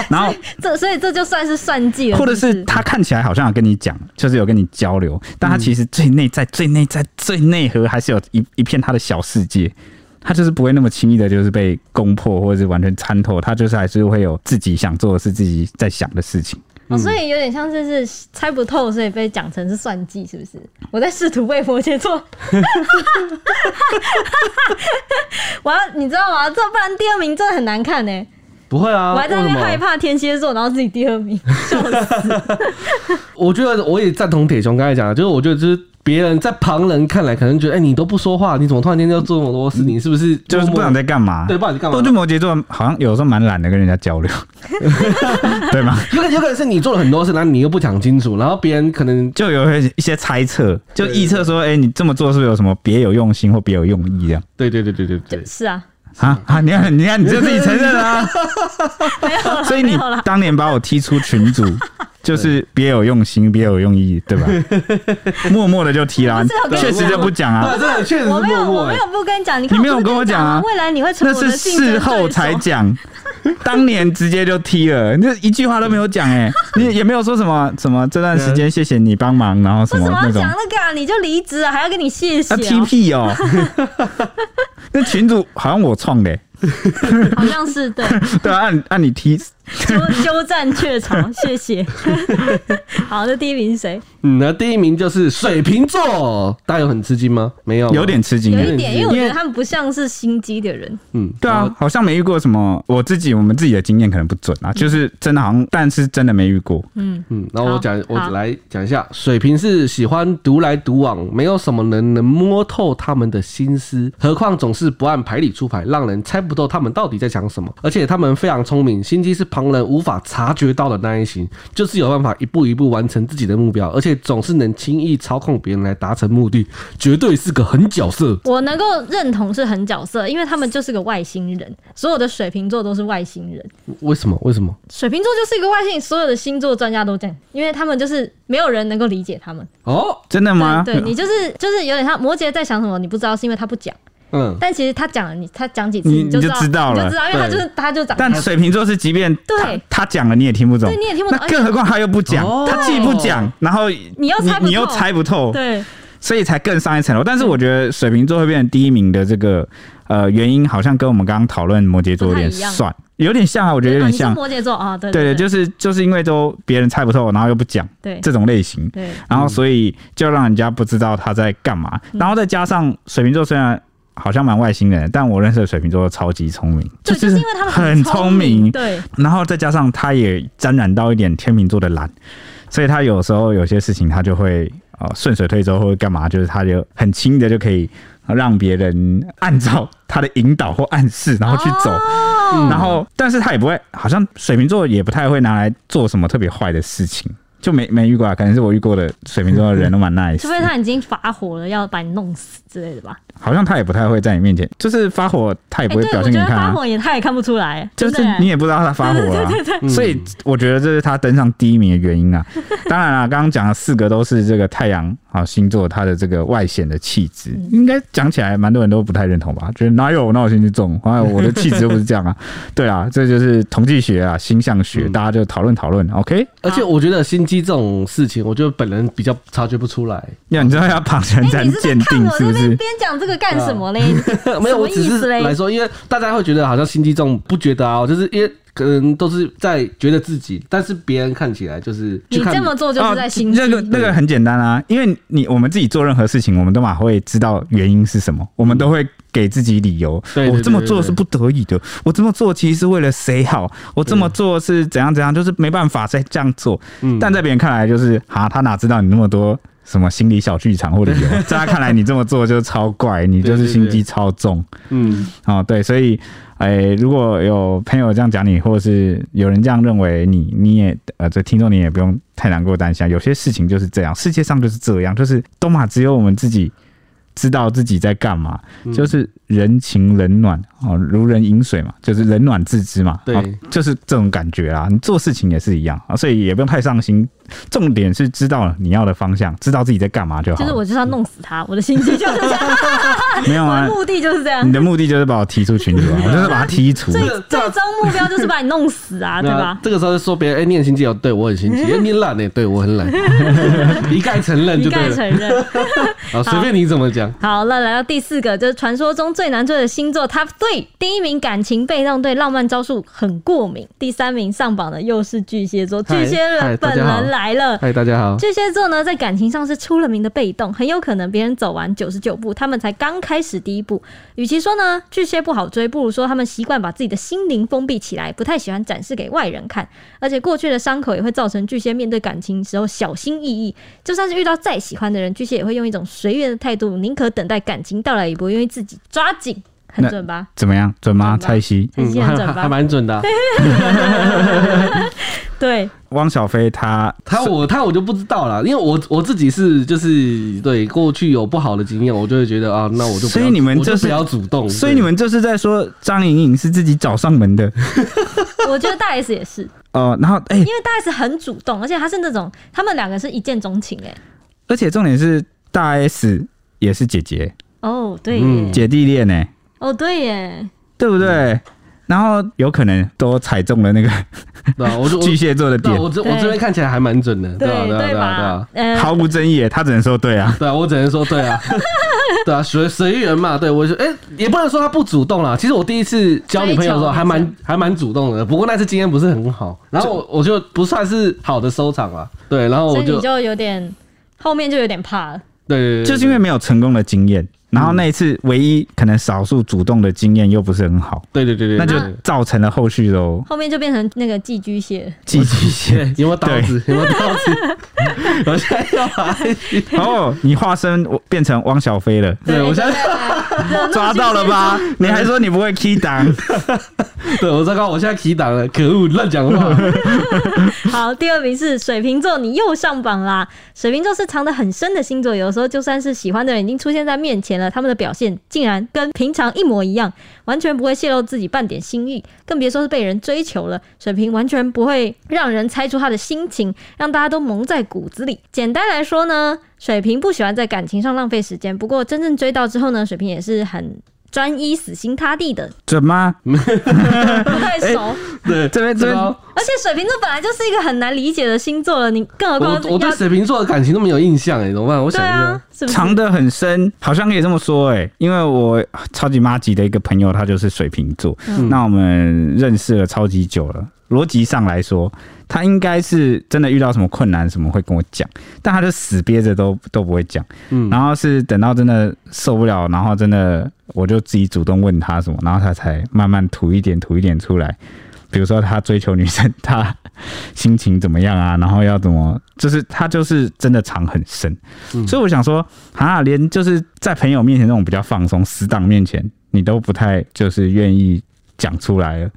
Speaker 1: 然后
Speaker 2: 这所以这就算是算计了，
Speaker 1: 或者
Speaker 2: 是不
Speaker 1: 是他看起来好像有跟你讲，就是有跟你交流，但他其实最内在、最内在、最内核还是有一一片他的小世界。他就是不会那么轻易的，就是被攻破或者是完全参透，他就是还是会有自己想做的事，自己在想的事情。
Speaker 2: 哦，所以有点像是是猜不透，所以被讲成是算计，是不是？我在试图被摩羯座， [LAUGHS] 我要你知道吗？这不然第二名真的很难看呢、
Speaker 3: 不会啊，
Speaker 2: 我还在那
Speaker 3: 为
Speaker 2: 边
Speaker 3: 什么
Speaker 2: 害怕天蝎座，然后自己第二名，
Speaker 1: [LAUGHS]
Speaker 3: 我觉得我也赞同铁熊刚才讲的，就是我觉得就是别人在旁人看来可能觉得，哎、你都不说话，你怎么突然间就做这么多事？你是不是
Speaker 1: 就是不想
Speaker 3: 在
Speaker 1: 在干嘛？
Speaker 3: 对，不然你干嘛
Speaker 1: 我觉？得摩羯座好像有时候蛮懒的跟人家交流，
Speaker 3: [LAUGHS]
Speaker 1: 对吗？
Speaker 3: 有可能有可能是你做了很多事，然后你又不讲清楚，然后别人可能
Speaker 1: 就有一些猜测，就臆测说，哎、你这么做是不是有什么别有用心或别有用意这样？
Speaker 3: 对对对对对对，
Speaker 2: 是啊，
Speaker 1: 啊啊！你看，你看，你就自己承认啊。
Speaker 2: [LAUGHS] 没有啦
Speaker 1: [LAUGHS] 所以你
Speaker 2: 没有啦
Speaker 1: 当年把我踢出群
Speaker 2: [LAUGHS]
Speaker 1: 组，就是别有用心，别有用意，对吧？默默的就踢啦
Speaker 2: 不是我，跟你
Speaker 1: 确实就不讲 [LAUGHS] 啊
Speaker 3: 对，。这个确实是
Speaker 2: 我
Speaker 3: 默
Speaker 2: 没有，
Speaker 3: 默
Speaker 2: 我没
Speaker 3: 哎。
Speaker 2: 有不跟你讲，你看
Speaker 1: 欸你没有
Speaker 2: 不是
Speaker 1: 跟我讲啊
Speaker 2: 你未来你会成为
Speaker 1: 那
Speaker 2: 我的
Speaker 1: 是
Speaker 2: 竞争对
Speaker 1: 事
Speaker 2: 手
Speaker 1: 后才。讲，
Speaker 2: [LAUGHS]
Speaker 1: 当年直接就踢了，那一句话都没有讲哎、你也没有说什么什么这段时间谢谢你帮忙，然后什
Speaker 2: 为
Speaker 1: 么
Speaker 2: 什么
Speaker 1: 那
Speaker 2: 要
Speaker 1: 种
Speaker 2: 讲那个啊？你就离职啊，还要跟你谢谢
Speaker 1: 啊
Speaker 2: 哦、
Speaker 1: 踢屁哦。
Speaker 2: [LAUGHS]
Speaker 1: 那群主好像我创的、欸，
Speaker 2: 好像是
Speaker 1: [LAUGHS]
Speaker 2: 对，
Speaker 1: 对啊，按按你踢，
Speaker 2: 鸠鸠占鹊巢，谢谢。 [LAUGHS] 好，那第一名是谁？
Speaker 3: 嗯，那第一名就是水瓶座，大家有很吃惊吗？没有，
Speaker 1: 有点吃惊、
Speaker 2: 有
Speaker 1: 欸。
Speaker 2: 一点，因为我觉
Speaker 1: 因
Speaker 2: 得
Speaker 1: 为
Speaker 2: 他们不像是心机的人，
Speaker 3: 嗯，
Speaker 1: 对啊，好像没遇过什么，我自己我们自己的经验可能不准啊，就是真的好像，但是真的没遇过。
Speaker 2: 嗯，
Speaker 3: 嗯，然后我讲
Speaker 2: 好，
Speaker 3: 我
Speaker 2: 好
Speaker 3: 来讲一下，水瓶是喜欢独来独往，没有什么人能摸透他们的心思，何况总是不按牌理出牌，让人猜不透他们到底在想什么。而且他们非常聪明，心机是旁人无法察觉到的那一型，就是有办法一步一步完成自己的目标，而且总是能轻易操控别人来达成目的，绝对是个狠角色。
Speaker 2: 我能够认同是很角色，因为他们就是个外星人，所有的水瓶座都是外星人，
Speaker 3: 为什么？为什么？
Speaker 2: 水瓶座就是一个外星，所有的星座专家都这样，因为他们就是没有人能够理解他们。
Speaker 3: 哦，
Speaker 1: 真的吗？嗯
Speaker 2: 对，对你就是就是有点像摩羯在想什么，你不知道是因为他不讲，
Speaker 3: 嗯，
Speaker 2: 但其实他讲了你，他讲几次
Speaker 1: 你
Speaker 2: 就知道，
Speaker 1: 你就知道
Speaker 2: 你
Speaker 1: 了
Speaker 2: 就知道，因为他
Speaker 3: 对
Speaker 2: 就是他就长
Speaker 1: 但水瓶座是，即便他
Speaker 2: 对
Speaker 1: 他讲了，你也听不懂，
Speaker 2: 对你也听不懂哎
Speaker 1: 那更何况他又不讲
Speaker 3: 哦，
Speaker 1: 他既不讲，然后
Speaker 2: 你又猜不透
Speaker 1: 你又猜不透，
Speaker 2: 对，嗯
Speaker 1: 所以才更上一层楼。但是我觉得水瓶座会变成第一名的这个呃原因，好像跟我们刚刚讨论摩羯座有点
Speaker 2: 不太一样
Speaker 1: 算，有点像啊，我觉得有
Speaker 2: 啊
Speaker 1: 点
Speaker 2: 你是
Speaker 1: 像。
Speaker 2: 摩羯座啊，对
Speaker 1: 对
Speaker 2: 对
Speaker 1: 对，就是就是因为都别人猜不透，然后又不讲
Speaker 2: 对
Speaker 1: 这种类型，
Speaker 2: 对，
Speaker 1: 然后所以就让人家不知道他在干嘛。
Speaker 2: 嗯
Speaker 1: 然后再加上水瓶座虽然好像蛮外星人，但我认识的水瓶座都超级聪明，
Speaker 2: 对，就是
Speaker 1: 是
Speaker 2: 因为他们
Speaker 1: 很
Speaker 2: 聪
Speaker 1: 聪明。
Speaker 2: 对，
Speaker 1: 然后再加上他也沾染到一点天秤座的懒，所以他有时候有些事情他就会呃顺水推舟或者干嘛，就是他就很轻易的就可以让别人按照他的引导或暗示，然后去走。
Speaker 2: 哦
Speaker 1: 然后，但是他也不会，好像水瓶座也不太会拿来做什么特别坏的事情，就没没遇过啊，可能是我遇过的水瓶座的人都蛮 nice，
Speaker 2: 除非他已经发火了，要把你弄死之类的吧？
Speaker 1: 好像他也不太会在你面前，就是发火，他也
Speaker 2: 哎、
Speaker 1: 不会
Speaker 2: 对，
Speaker 1: 表
Speaker 2: 我
Speaker 1: 现给
Speaker 2: 觉
Speaker 1: 你
Speaker 2: 得
Speaker 1: 看
Speaker 2: 发
Speaker 1: 啊，
Speaker 2: 火也他也看不出来，
Speaker 1: 就
Speaker 2: 真
Speaker 1: 是
Speaker 2: 的
Speaker 1: 你也不知道他发火了、啊，所以我觉得这是他登上第一名的原因啊。当然啦，刚刚讲的四个都是这个太阳啊星座它的这个外显的气质，
Speaker 2: 嗯
Speaker 1: 应该讲起来蛮多人都不太认同吧？觉得哪有那我先去中，啊我的气质又不是这样啊，对啊，这就是统计学啊星象学，
Speaker 3: 嗯
Speaker 1: 大家就讨论讨论，OK。
Speaker 3: 而且我觉得心机这种事情，我觉得本人比较察觉不出来。
Speaker 1: 要你知道要旁人
Speaker 2: 哎、
Speaker 1: 才
Speaker 2: 你是在
Speaker 1: 鉴
Speaker 2: 看
Speaker 1: 定
Speaker 2: 我
Speaker 1: 是
Speaker 2: 这
Speaker 1: 不
Speaker 2: 边
Speaker 1: 是？啊
Speaker 2: 边讲这个干什么嘞？
Speaker 3: [LAUGHS] 没有，
Speaker 2: 什么
Speaker 3: 我只
Speaker 2: 意
Speaker 3: 是
Speaker 2: 思嘞？
Speaker 3: 来说，因为大家会觉得好像心机重，不觉得啊，就是因为可能都是在觉得自己，但是别人看起来就是
Speaker 2: 你
Speaker 3: 去看
Speaker 2: 这么做就是在心机。
Speaker 1: 那啊个那个很简单啊，因为你我们自己做任何事情，我们都嘛会知道原因是什么，我们都会给自己理由。
Speaker 3: 对对对
Speaker 1: 我这么做是不得已的，我这么做其实是为了谁好，我这么做是怎样怎样，就是没办法再这样做。
Speaker 3: 嗯
Speaker 1: 但在别人看来，就是啊，他哪知道你那么多。什么心理小剧场或
Speaker 3: [LAUGHS]
Speaker 1: 者有，在他看来你这么做就是超怪，你就是心
Speaker 3: 对对
Speaker 1: 机超重。
Speaker 3: 嗯，
Speaker 1: 哦，对，所以，哎、如果有朋友这样讲你，或者是有人这样认为你，你也呃，这听众你也不用太难过担心啊，有些事情就是这样，世界上就是这样，就是都嘛只有我们自己知道自己在干嘛，就是人情冷暖哦，如人饮水嘛，就是冷暖自知嘛，
Speaker 3: 对
Speaker 1: 哦就是这种感觉啦。你做事情也是一样啊，所以也不用太上心，重点是知道你要的方向，知道自己在干嘛就好
Speaker 2: 就
Speaker 1: 了。
Speaker 2: 是我就是要弄死他，我的心机就是这
Speaker 1: [LAUGHS]
Speaker 2: 样，
Speaker 1: 没有
Speaker 2: 我
Speaker 1: 啊
Speaker 2: 的。目的就是这样
Speaker 1: 你。的目的就是把我踢出群组啊！我就是把他踢出。
Speaker 2: 最
Speaker 3: 这个
Speaker 2: 最终目标就是把你弄死
Speaker 1: [LAUGHS]
Speaker 2: 啊，对
Speaker 3: 那
Speaker 2: 吧？
Speaker 3: 这个时候就说别人，哎、你很心机哦，对我很心机，哎、你很懒哎，对我很
Speaker 2: [LAUGHS]
Speaker 3: 懒，一概承认
Speaker 2: 一
Speaker 3: 就对
Speaker 2: 概承
Speaker 3: 了。
Speaker 2: 认。
Speaker 3: 啊，随便你怎么讲，
Speaker 2: 好，那来到第四个，就是传说中最难追的星座 Top Three，第一名感情被动，对浪漫招数很过敏；第三名上榜的又是巨蟹座，
Speaker 3: 嗨
Speaker 2: 巨蟹
Speaker 3: 嗨
Speaker 2: 人
Speaker 3: 大
Speaker 2: 本
Speaker 3: 家好
Speaker 2: 人来了。
Speaker 3: 嗨，大家好。
Speaker 2: 巨蟹座呢，在感情上是出了名的被动，很有可能别人走完九十九步，他们才刚开始第一步。与其说呢，巨蟹不好追，不如说他们习惯把自己的心灵封闭起来，不太喜欢展示给外人看。而且过去的伤口也会造成巨蟹面对感情时候小心翼翼，就算是遇到再喜欢的人，巨蟹也会用一种随缘的态度，宁可等待感情到来，也不愿意自己抓紧。很
Speaker 1: 那
Speaker 2: 准吧？
Speaker 1: 怎么样？准吗？
Speaker 2: 准吧
Speaker 1: 蔡西，
Speaker 2: 很
Speaker 3: 嗯，
Speaker 2: 信
Speaker 3: [LAUGHS] 还
Speaker 2: 很准吧
Speaker 3: 还？蛮准
Speaker 2: [LAUGHS]
Speaker 3: 的啊、
Speaker 2: 对，
Speaker 1: 汪小菲他
Speaker 3: 他我他我就不知道啦，因为我我自己是就是对过去有不好的经验，我就会觉得啊，那我就不要
Speaker 1: 所以你们
Speaker 3: 我就
Speaker 1: 就是
Speaker 3: 不要主动，
Speaker 1: 所以你们这是在说张莹莹是自己找上门的
Speaker 2: 我觉得大 S 也是，因
Speaker 1: 哦、然后哎、
Speaker 2: 为大 S 很主动，而且他是那种他们两个是一见钟情哎、
Speaker 1: 而且重点是大 S 也是姐姐，
Speaker 2: 哦，对耶，
Speaker 3: 嗯
Speaker 1: 姐弟恋呢、
Speaker 2: 哦，对耶，
Speaker 1: 对不对？然后有可能都踩中了那个
Speaker 3: 对对啊，我就我
Speaker 1: 巨蟹座的
Speaker 3: 对啊
Speaker 1: 点，
Speaker 3: 我这
Speaker 2: 对
Speaker 3: 我这边看起来还蛮准的，对啊对啊对啊对
Speaker 2: 吧
Speaker 3: 啊，？
Speaker 2: 呃，
Speaker 1: 毫无争议耶，他只能说对啊。
Speaker 3: 对啊，我只能说对 [LAUGHS] 啊。对啊，随随缘嘛，对我就哎、也不能说他不主动啦。其实我第一次交女朋友的时候，还蛮还蛮主动的，不过那次经验不是很好，然后我我就不算是好的收场啦。对，然后
Speaker 2: 所
Speaker 3: 我
Speaker 2: 以你
Speaker 3: 就
Speaker 2: 就有点后面就有点怕了，
Speaker 3: 对对对，嗯
Speaker 1: 就是因为没有成功的经验，然后那一次唯一可能少数主动的经验又不是很好，
Speaker 3: 对对对对，
Speaker 1: 那就
Speaker 3: 对对
Speaker 1: 造成了后续的哦
Speaker 2: 后面就变成那个寄居蟹。
Speaker 3: 嗯
Speaker 1: 寄居 [LAUGHS] 蟹。
Speaker 3: [LAUGHS] 有没有刀子？有没有刀子？ [LAUGHS] 我现在要把
Speaker 1: 哦，你化身我变成汪小菲了。
Speaker 3: 对我现在
Speaker 2: 在
Speaker 1: 抓到了？吧？你还说你不会 key 档？
Speaker 3: 对我糟糕，我现在提档了，可恶，乱讲话。
Speaker 2: [LAUGHS] 好，第二名是水瓶座，你又上榜啦！水瓶座是藏得很深的星座，有时候就算是喜欢的人已经出现在面前了，他们的表现竟然跟平常一模一样，完全不会泄露自己半点心意，更别说是被人追求了。水瓶完全不会让人猜出他的心情，让大家都蒙在骨子里。简单来说呢，水瓶不喜欢在感情上浪费时间，不过真正追到之后呢，水瓶也是很。专一、死心塌地的，
Speaker 1: 准吗？
Speaker 2: 不太熟，
Speaker 3: 哎对，
Speaker 1: 这边这边
Speaker 3: 糟糕
Speaker 2: 而且水瓶座本来就是一个很难理解的星座了，你更何况
Speaker 3: 我
Speaker 2: 是
Speaker 3: 我对
Speaker 2: 要
Speaker 3: 水瓶座的感情都没有印象哎，怎么办？我
Speaker 2: 对
Speaker 3: 想一
Speaker 2: 啊
Speaker 3: 下，，
Speaker 2: 是不是？
Speaker 1: 藏得很深，好像可以这么说哎、因为我超级妈级的一个朋友，他就是水瓶座，
Speaker 2: 嗯
Speaker 1: 那我们认识了超级久了。逻辑上来说，他应该是真的遇到什么困难什么会跟我讲，但他就死憋着都都不会讲。
Speaker 3: 嗯
Speaker 1: 然后是等到真的受不了，然后真的我就自己主动问他什么，然后他才慢慢吐一点吐一点出来。比如说他追求女生，他心情怎么样啊？然后要怎么，就是他就是真的藏很深。
Speaker 3: 嗯
Speaker 1: 所以我想说，啊，连就是在朋友面前那种比较放松、死党面前，你都不太就是愿意讲出来了。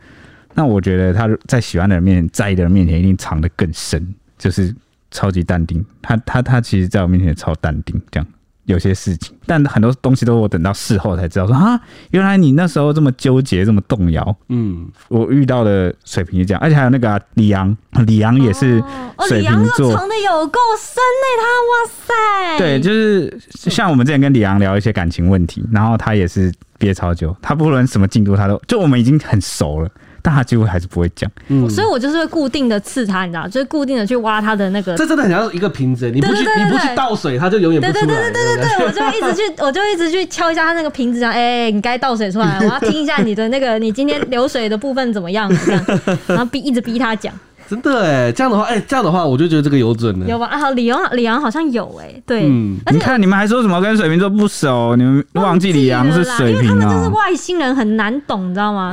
Speaker 1: 那我觉得他在喜欢的人面前、在意的人面前，一定藏得更深，就是超级淡定，他他他其实在我面前超淡定，这样有些事情，但很多东西都我等到事后才知道说啊，原来你那时候这么纠结，这么动摇。
Speaker 3: 嗯，
Speaker 1: 我遇到的水瓶就这样，而且还有那个啊、李昂，李昂也是
Speaker 2: 哦，
Speaker 1: 水
Speaker 2: 李
Speaker 1: 瓶
Speaker 2: 阳
Speaker 1: 座，
Speaker 2: 藏的有够深呢、他哇塞，
Speaker 1: 对，就是像我们之前跟李昂聊一些感情问题，然后他也是憋超久，他不论什么进度，他都就我们已经很熟了，但他几乎还是不会讲。
Speaker 3: 嗯
Speaker 2: 所以我就是会固定的刺他，你知道，就是固定的去挖他的那个。
Speaker 3: 这真的很像一个瓶子，你不去
Speaker 2: 对对对对
Speaker 3: 你不去
Speaker 2: 对
Speaker 3: 倒水，它就永远
Speaker 2: 对
Speaker 3: 不
Speaker 2: 对
Speaker 3: 出
Speaker 2: 对
Speaker 3: 来。
Speaker 2: 对对对对，我就一直去，我就一直去敲一下他那个瓶子，讲，哎、你该倒水出来，我要听一下你的那个，你今天流水的部分怎么样？这样，然后逼一直逼他讲，
Speaker 3: [LAUGHS] 真的哎，这样的话，哎，这样的话，我就觉得这个有准
Speaker 2: 有
Speaker 3: 了。
Speaker 2: 吧？啊，好李阳，李阳好像有哎、对，
Speaker 3: 嗯
Speaker 2: 而
Speaker 1: 你
Speaker 2: 且
Speaker 1: 看你们还说什么跟水瓶座不熟，你们忘记李昂
Speaker 2: 了
Speaker 1: 是
Speaker 2: 啦
Speaker 1: 水瓶
Speaker 2: 因为他们就是
Speaker 1: 哦、
Speaker 2: 外星人，很难懂，你知道
Speaker 1: [LAUGHS]
Speaker 2: 吗？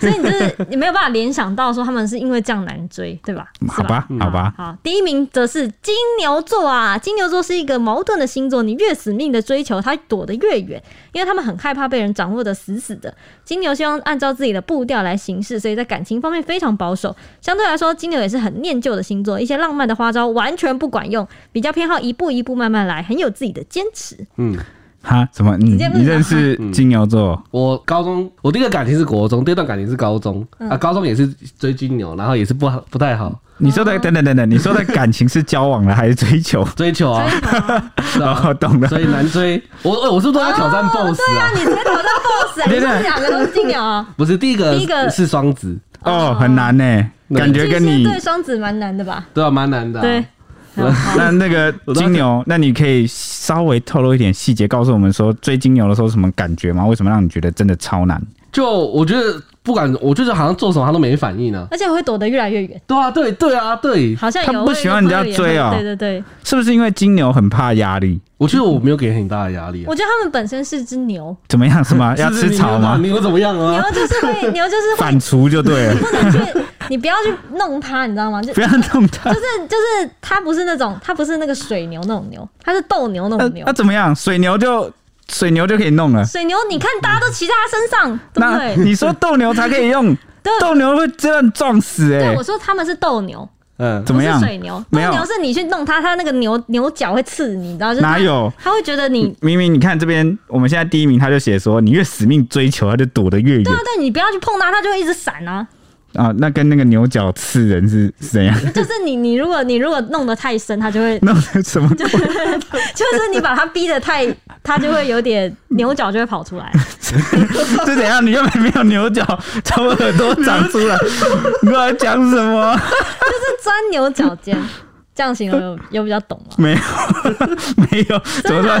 Speaker 2: 所以所以你就是你没有办法联想到说他们是因为这样难追，对吧？
Speaker 1: 嗯好
Speaker 2: 是吧
Speaker 1: 吧，好吧，
Speaker 2: 好，第一名则是金牛座啊。金牛座是一个矛盾的星座，你越死命的追求，他躲得越远，因为他们很害怕被人掌握的死死的。金牛希望按照自己的步调来行事，所以在感情方面非常保守。相对来说，金牛也是很念旧的星座，一些浪漫的花招完全不管用，比较偏好一步一步慢慢来，很有自己的坚持。
Speaker 3: 嗯，
Speaker 1: 哈，什么？你
Speaker 2: 直接问
Speaker 1: 你认识
Speaker 3: 他
Speaker 1: 金牛座？
Speaker 3: 我高中我第一个感情是国中，第二段感情是高中
Speaker 2: 嗯
Speaker 3: 啊，高中也是追金牛，然后也是不好不太好
Speaker 1: 你说的等等等等，你说的感情是交往了还是追求？
Speaker 3: 追求啊， [LAUGHS] 是啊
Speaker 1: 哦，懂了。
Speaker 3: 所以难追。我我我是不是都要挑战 BOSS 啊？
Speaker 2: 哦你才挑战 BOSS，、欸、你
Speaker 1: 对对
Speaker 2: 们两个都是金牛
Speaker 1: [LAUGHS]
Speaker 2: 啊。
Speaker 3: 不是第一个，
Speaker 2: 第一个
Speaker 3: 是双子，
Speaker 1: 哦，很难呢、
Speaker 3: 对
Speaker 1: 感觉跟
Speaker 2: 巨
Speaker 1: 你
Speaker 2: 蟹对双子蛮难的吧？
Speaker 3: 对啊，蛮难的啊。
Speaker 2: 对，
Speaker 1: [LAUGHS] 那那个
Speaker 3: 我都要
Speaker 1: 金牛，那你可以稍微透露一点细节，告诉我们说追金牛的时候什么感觉吗？为什么让你觉得真的超难？
Speaker 3: 就我觉得不管，我就是好像做什么他都没反应啊。
Speaker 2: 而且会躲得越来越远，
Speaker 3: 对啊，对对啊，对。
Speaker 2: 好像
Speaker 1: 他
Speaker 2: 有
Speaker 1: 不
Speaker 2: 我有
Speaker 1: 喜欢人家
Speaker 2: 朋友也
Speaker 1: 追哦
Speaker 2: 会对对对，
Speaker 1: 是不是因为金牛很怕压力？
Speaker 3: 我觉得我没有给很大的压力、啊
Speaker 2: 我。觉得他们本身是只牛，
Speaker 1: 怎么样？
Speaker 3: [LAUGHS]
Speaker 1: 什么要吃草吗？
Speaker 3: 你又怎么样
Speaker 2: 牛
Speaker 3: 啊？
Speaker 2: 就是会，
Speaker 1: [LAUGHS]
Speaker 2: 牛就是会，
Speaker 1: 反刍就对
Speaker 3: [LAUGHS]
Speaker 1: 了，
Speaker 2: 不能
Speaker 1: 啊
Speaker 2: 去，你不要去弄它，你知道吗？就
Speaker 1: 不要弄它。
Speaker 2: 就是就是它不是那种，它不是那个水牛那种牛，它是斗牛那
Speaker 1: 那
Speaker 2: 种牛
Speaker 1: 那。怎么样？水牛就水牛就可以弄了。
Speaker 2: 水牛，你看大家都骑在它身上，对不
Speaker 1: 那
Speaker 2: 对？
Speaker 1: [LAUGHS] 你说斗牛才可
Speaker 2: [LAUGHS]
Speaker 1: 以用
Speaker 2: 对，
Speaker 1: 斗牛会这样撞死哎、
Speaker 2: 对，我说他们是斗牛，
Speaker 3: 嗯，
Speaker 1: 怎么样
Speaker 2: 不是？水牛，斗
Speaker 1: 没有
Speaker 2: 牛是你去弄它，它那个牛牛角会刺你，你知道？就是它
Speaker 1: 哪有？
Speaker 2: 它会觉得你
Speaker 1: 明明你看这边，我们现在第一名他就写说，你越死命追求，他就躲得越远
Speaker 2: 对对对，你不要去碰它，它就会一直闪啊。
Speaker 1: 啊。那跟那个牛角刺人是是怎样？ [LAUGHS]
Speaker 2: 就是你你如果你如果弄得太深，它就会， [LAUGHS]
Speaker 1: 那什么？
Speaker 2: 就是你把它逼得太，它就会有点牛角就会跑出来。 [LAUGHS]
Speaker 1: 是怎样？你又没有牛角，从耳朵长出
Speaker 2: [LAUGHS]
Speaker 1: 来，你过来讲什么？
Speaker 2: 就是钻牛角尖，这样形容有有比较懂吗？
Speaker 1: 没有， [LAUGHS] 没有，怎
Speaker 2: 真
Speaker 1: 么
Speaker 2: 的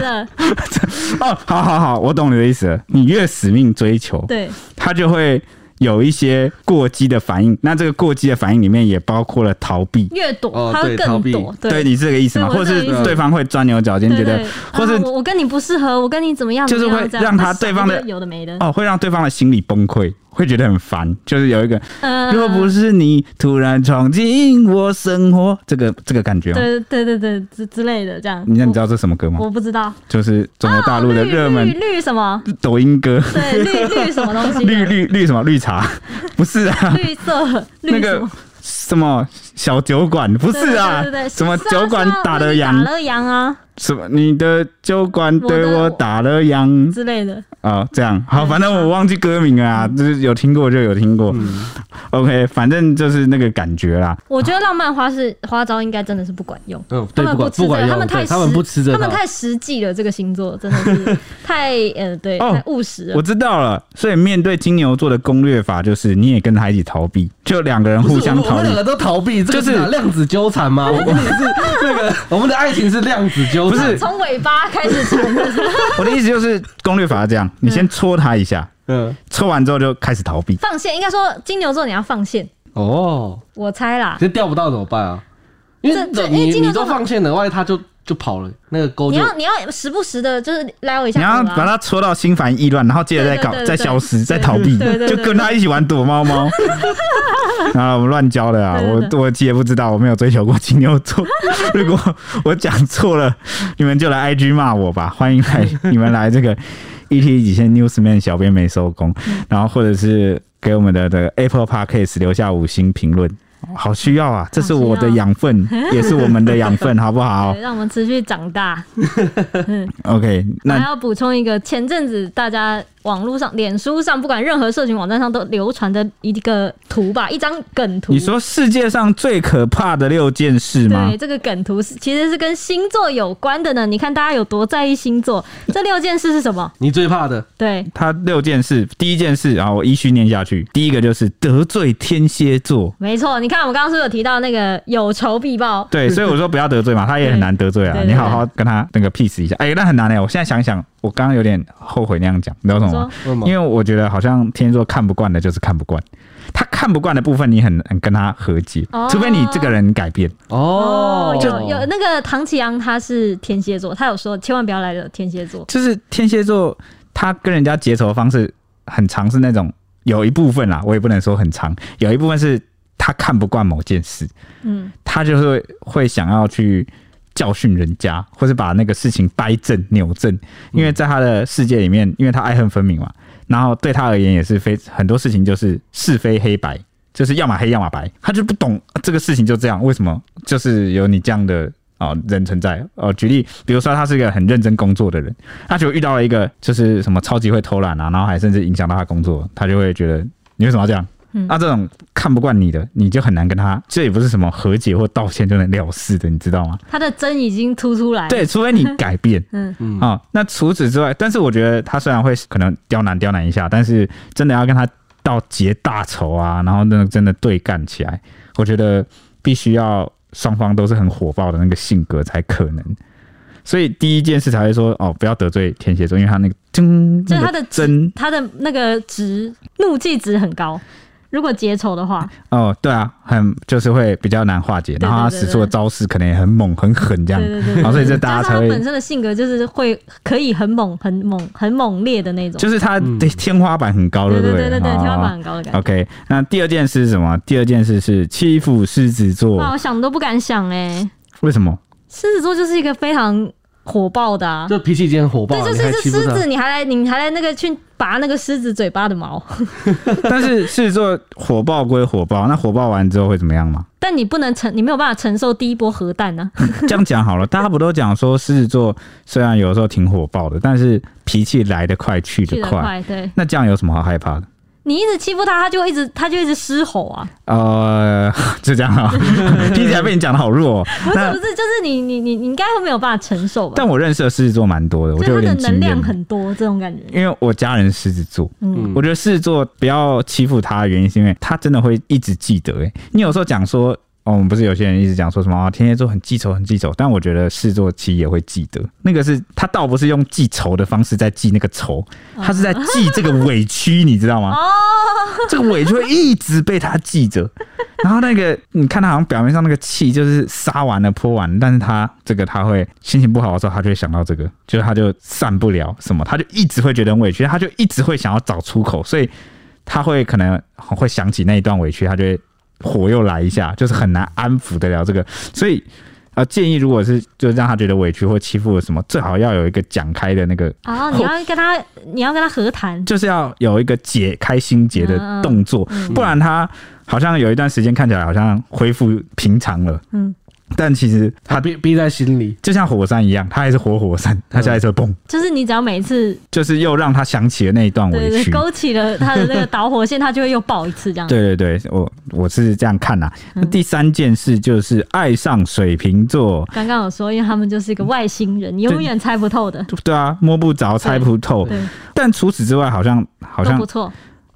Speaker 2: 假
Speaker 1: 说？
Speaker 2: 的，
Speaker 1: 哦，好好好，我懂你的意思了。你越死命追求，
Speaker 2: 对，
Speaker 1: 他就会有一些过激的反应。那这个过激的反应里面也包括了逃避。
Speaker 2: 越
Speaker 3: 哦
Speaker 2: 躲它会
Speaker 3: 对逃
Speaker 2: 更
Speaker 3: 避
Speaker 2: 躲，
Speaker 1: 对你是这个意思吗？
Speaker 2: 对
Speaker 1: 或
Speaker 2: 我
Speaker 1: 者
Speaker 2: 是这个意
Speaker 1: 是
Speaker 2: 思
Speaker 1: 对方会钻牛角尖，
Speaker 2: 对
Speaker 1: 觉得
Speaker 2: 对，
Speaker 1: 或是
Speaker 2: 啊我我跟你不适合，我跟你怎么样，
Speaker 1: 就是
Speaker 2: 怎么
Speaker 1: 会
Speaker 2: 样这样
Speaker 1: 让他
Speaker 2: 那手
Speaker 1: 对方的
Speaker 2: 就有的没的，
Speaker 1: 哦，会让对方的心理崩溃，会觉得很烦。就是有一个，
Speaker 2: 嗯
Speaker 1: 若不是你突然闯进我生活，这个这个感觉、哦。
Speaker 2: 对对对对之之类的这样，
Speaker 1: 你那你知道这是什么歌吗
Speaker 2: 我？我不知道，啊
Speaker 1: 就是中国大陆的热
Speaker 2: 绿
Speaker 1: 门
Speaker 2: 哦绿什么？
Speaker 1: 抖音歌，
Speaker 2: 对，
Speaker 1: [LAUGHS]
Speaker 2: 绿绿什么东西
Speaker 1: 绿
Speaker 2: 的？
Speaker 1: 绿绿什么
Speaker 2: [LAUGHS]
Speaker 1: 绿茶？不是啊，
Speaker 2: 绿色
Speaker 1: 那
Speaker 2: 绿什
Speaker 1: 个
Speaker 2: 么？
Speaker 1: 什么小酒馆不是啊
Speaker 2: 对对对对对，，
Speaker 1: 什么
Speaker 2: 是啊
Speaker 1: 酒馆
Speaker 2: 是啊
Speaker 1: 打
Speaker 2: 我
Speaker 1: 了
Speaker 2: 跟你
Speaker 1: 烊
Speaker 2: 打，了烊啊
Speaker 1: 什么你的酒馆对
Speaker 2: 我的嗯
Speaker 1: 我打了烊，
Speaker 2: 之类的，
Speaker 1: 哦，这样好，反正我忘记歌名了啊，
Speaker 2: 嗯
Speaker 1: 就是有听过就有听过。OK，反正就是那个感觉啦。
Speaker 2: 我觉得浪漫花式花招应该真的是不管用。
Speaker 3: 嗯，
Speaker 2: 他
Speaker 3: 对，
Speaker 2: 们
Speaker 3: 不
Speaker 2: 不
Speaker 3: 管管
Speaker 2: 吃这个，他
Speaker 3: 用，
Speaker 2: 们太
Speaker 3: 对
Speaker 2: 实
Speaker 3: 他们不吃这
Speaker 2: 他们
Speaker 3: 套。
Speaker 2: 太实际了。这个星座真的是
Speaker 1: [LAUGHS]
Speaker 2: 太呃，对，
Speaker 1: 哦
Speaker 2: 太务实
Speaker 1: 我
Speaker 2: 了。
Speaker 1: 知道了，所以面对金牛座的攻略法就是，你也跟他一起逃避，就两个人
Speaker 3: 不
Speaker 1: 互
Speaker 3: 是我
Speaker 1: 相
Speaker 3: 们我
Speaker 1: 逃
Speaker 3: 们
Speaker 1: 避
Speaker 3: 两。
Speaker 2: [LAUGHS]
Speaker 3: 个都逃避，这
Speaker 1: 就
Speaker 3: 个
Speaker 1: 是
Speaker 3: 是哪量子纠缠吗？我们也是那个，我们的爱情是量子纠缠，
Speaker 1: 不是
Speaker 2: 从尾巴开始缠，
Speaker 1: 我的意思就是，攻略法是这样，你先戳他一下，
Speaker 3: 嗯，
Speaker 1: 戳完之后就开始逃避。
Speaker 2: 放线。应该说金牛座你要放线，
Speaker 3: 哦，
Speaker 2: 我猜啦。
Speaker 3: 这钓不到怎么办啊？因为
Speaker 2: 这这哎
Speaker 3: 你
Speaker 2: 金牛
Speaker 3: 你都
Speaker 2: 座
Speaker 3: 放线了，万一他就就跑了，那个钩
Speaker 2: 你
Speaker 3: 就
Speaker 2: 要你要时不时的，就是撩一
Speaker 1: 你
Speaker 2: 下
Speaker 1: 要
Speaker 2: 狗
Speaker 1: 把
Speaker 2: 啊。
Speaker 1: 他戳到心烦意乱，然后接着再搞
Speaker 2: 对对，对
Speaker 1: 再
Speaker 2: 对
Speaker 1: 消失，
Speaker 2: 对
Speaker 1: 再逃避
Speaker 2: 对对，对
Speaker 1: 就
Speaker 2: 对
Speaker 1: 跟他一起玩躲
Speaker 2: [LAUGHS]
Speaker 1: 猫猫。啊，我们乱教的啊，
Speaker 2: 对对
Speaker 1: 我我也不知道，我没有追求过金牛座。如果我讲错了，你们就来 IG 骂
Speaker 2: [LAUGHS]
Speaker 1: 我吧。欢迎来，你们来这个 ET 几线 Newsman 小编没收工，然后或者是给我们的这个 Apple Podcast 留下五星评论。好需要啊！这是我的养分，也是我们的养
Speaker 2: [LAUGHS]
Speaker 1: 分，好不好
Speaker 2: 对让我们持续长大。
Speaker 1: ？OK，
Speaker 2: 还
Speaker 1: 那
Speaker 2: 要补充一个，前阵子大家网络上、脸书上，不管任何社群网站上都流传的一个图吧，一张梗图。
Speaker 1: 你说世界上最可怕的六件事吗
Speaker 2: 对，？这个梗图是其实是跟星座有关的呢。你看大家有多在意星座？这六件事是什么？
Speaker 3: 你最怕的
Speaker 2: 对，
Speaker 1: 它六件事，第一件事啊，我依序念下去。第一个就是得罪天蝎座，
Speaker 2: 没错。你看我们刚刚是不是有提到那个有仇必报？
Speaker 1: 对，所以我说不要
Speaker 2: [LAUGHS]
Speaker 1: 得罪嘛，他也很难得罪啊。
Speaker 2: 对对
Speaker 1: 你好好跟他那个 peace 一下，哎、那很难哎、我现在想想，我刚刚有点后悔那样讲，你知道为什么吗？
Speaker 3: 为什么
Speaker 1: 因为我觉得好像天蝎座看不惯的就是看不惯，他看不惯的部分你很很跟他和解，
Speaker 2: 哦
Speaker 1: 除非你这个人改变。
Speaker 3: 哦，
Speaker 2: 有有那个唐启阳他是天蝎座，他有说千万不要来惹天蝎座。
Speaker 1: 就是天蝎座，他跟人家结仇的方式很常是那种有一部分啦，我也不能说很长，有一部分是他看不惯某件事，
Speaker 2: 嗯，
Speaker 1: 他就是会想要去教训人家，或是把那个事情掰正扭正，因为在他的世界里面，因为他爱恨分明嘛，然后对他而言也是非很多事情就是是非黑白。就是要么黑，要么白，他就不懂啊这个事情就这样，为什么就是有你这样的哦人存在？哦，举例，比如说他是一个很认真工作的人，他就遇到了一个就是什么超级会偷懒啊，然后还甚至影响到他工作，他就会觉得你为什么要这样？啊
Speaker 2: 嗯
Speaker 1: 那、这种看不惯你的，你就很难跟他，这也不是什么和解或道歉就能了事的，你知道吗？
Speaker 2: 他的针已经突出来了。
Speaker 1: 对，除非你改变
Speaker 2: [LAUGHS] 嗯
Speaker 3: 嗯
Speaker 1: 啊、那除此之外，但是我觉得他虽然会可能刁难刁难一下，但是真的要跟他到结大仇啊，然后那个真的对干起来，我觉得必须要双方都是很火爆的那个性格才可能。所以第一件事才会说哦，不要得罪天蝎座，因为他那个真，
Speaker 2: 就是
Speaker 1: 那
Speaker 2: 他
Speaker 1: 个
Speaker 2: 的
Speaker 1: 真
Speaker 2: 他的那个值怒气值很高。如果结仇的话，
Speaker 1: 哦，对啊，很就是会比较难化解，
Speaker 2: 对
Speaker 1: 然后他
Speaker 2: 对对
Speaker 1: 使出的
Speaker 2: 对
Speaker 1: 招式可能也很猛很狠这样
Speaker 2: 对，对对
Speaker 1: 然后所以这
Speaker 2: 加
Speaker 1: 大家
Speaker 2: 上
Speaker 1: 才
Speaker 2: 他
Speaker 1: 会
Speaker 2: 本身的性格就是会可以很猛、很猛、很猛烈的那种，
Speaker 1: 就是他
Speaker 3: 嗯
Speaker 1: 的天花板很高，
Speaker 2: 对
Speaker 1: 不
Speaker 2: 对对对对，
Speaker 1: 哦
Speaker 2: 天花板很高的感觉。
Speaker 1: OK，那第二件事是什么？第二件事是欺负狮子
Speaker 2: 哇，
Speaker 1: 座，
Speaker 2: 我想都不敢想哎、
Speaker 1: 为什么？ [LAUGHS]
Speaker 2: 狮子座就是一个非常火爆的、啊，
Speaker 3: 就脾气已经很火爆了，
Speaker 2: 对，就
Speaker 3: 你
Speaker 2: 是
Speaker 3: 还
Speaker 2: 一只
Speaker 3: 欺负
Speaker 2: 狮
Speaker 3: 他
Speaker 2: 子，你还来你还来那个去拔那个狮子嘴巴的毛，
Speaker 1: 但是狮子座火爆归火爆，那火爆完之后会怎么
Speaker 2: [LAUGHS]
Speaker 1: 样吗？
Speaker 2: 但你不能承，你没有办法承受第一波核弹呢、啊。
Speaker 1: 这样讲好了，大家不都讲说狮子座虽然有时候挺火爆的，但是脾气来得快去
Speaker 2: 去
Speaker 1: 得
Speaker 2: 得
Speaker 1: 快，
Speaker 2: 快，对
Speaker 1: 那这样有什么好害怕的？
Speaker 2: 你一直欺负他，他就一直他就一直狮吼啊，
Speaker 1: 呃， [LAUGHS] 就这
Speaker 2: [LAUGHS]
Speaker 1: 样啊，听起来被你讲的好弱、哦。
Speaker 2: 不是
Speaker 1: 那
Speaker 2: 不是，就是你你你你应该会没有办法承受吧？
Speaker 1: 但我认识的狮子座蛮多的，我
Speaker 2: 就
Speaker 1: 就有
Speaker 2: 是他
Speaker 1: 点
Speaker 2: 的
Speaker 1: 经
Speaker 2: 能
Speaker 1: 验
Speaker 2: 量，很多这种感觉，
Speaker 1: 因为我家人狮子座。
Speaker 2: 嗯
Speaker 3: 嗯，
Speaker 1: 我觉得狮子座不要欺负他的原因，是因为他真的会一直记得、欸。你有时候讲说，哦，我们不是有些人一直讲说什么、啊、天蝎座很记仇，很记仇，但我觉得狮子座其实也会记得。那个是他倒不是用记仇的方式在记那个仇，他是在记这个委屈，你知道吗？
Speaker 2: 哦
Speaker 1: 这个委屈会一直被他记着。然后那个，你看他好像表面上那个气就是撒完了泼完了，但是他这个他会心情不好的时候，他就会想到这个，就是他就散不了什么，他就一直会觉得很委屈，他就一直会想要找出口，所以他会可能会想起那一段委屈，他就会火又来一下，就是很难安抚得了这个，所以。呃，建议如果是就让他觉得委屈或欺负了什么，最好要有一个讲开的那个
Speaker 2: 啊，你要跟他你要跟他和谈，
Speaker 1: 就是要有一个解开心结的动作，
Speaker 2: 嗯
Speaker 1: 不然他好像有一段时间看起来好像恢复平常了，
Speaker 2: 嗯，
Speaker 1: 但其实
Speaker 3: 他
Speaker 1: 他
Speaker 3: 憋憋在心里，
Speaker 1: 就像火山一样，他还是活火山，他下一次蹦，
Speaker 2: 就是你只要每次
Speaker 1: 就是又让他想起了那一段
Speaker 2: 对
Speaker 1: 委
Speaker 2: 对
Speaker 1: 屈。
Speaker 2: 勾起了他的那个导火线，他就会又爆一次这样。
Speaker 1: 对对对，我我是这样看呐、那第三件事就是爱上水瓶座，
Speaker 2: 刚刚有说，因为他们就是一个外星人，你永远猜不透的。
Speaker 1: 对啊，摸不着，猜不透。
Speaker 2: 对，
Speaker 1: 但除此之外，好像好
Speaker 2: 都
Speaker 1: 像
Speaker 2: 不错。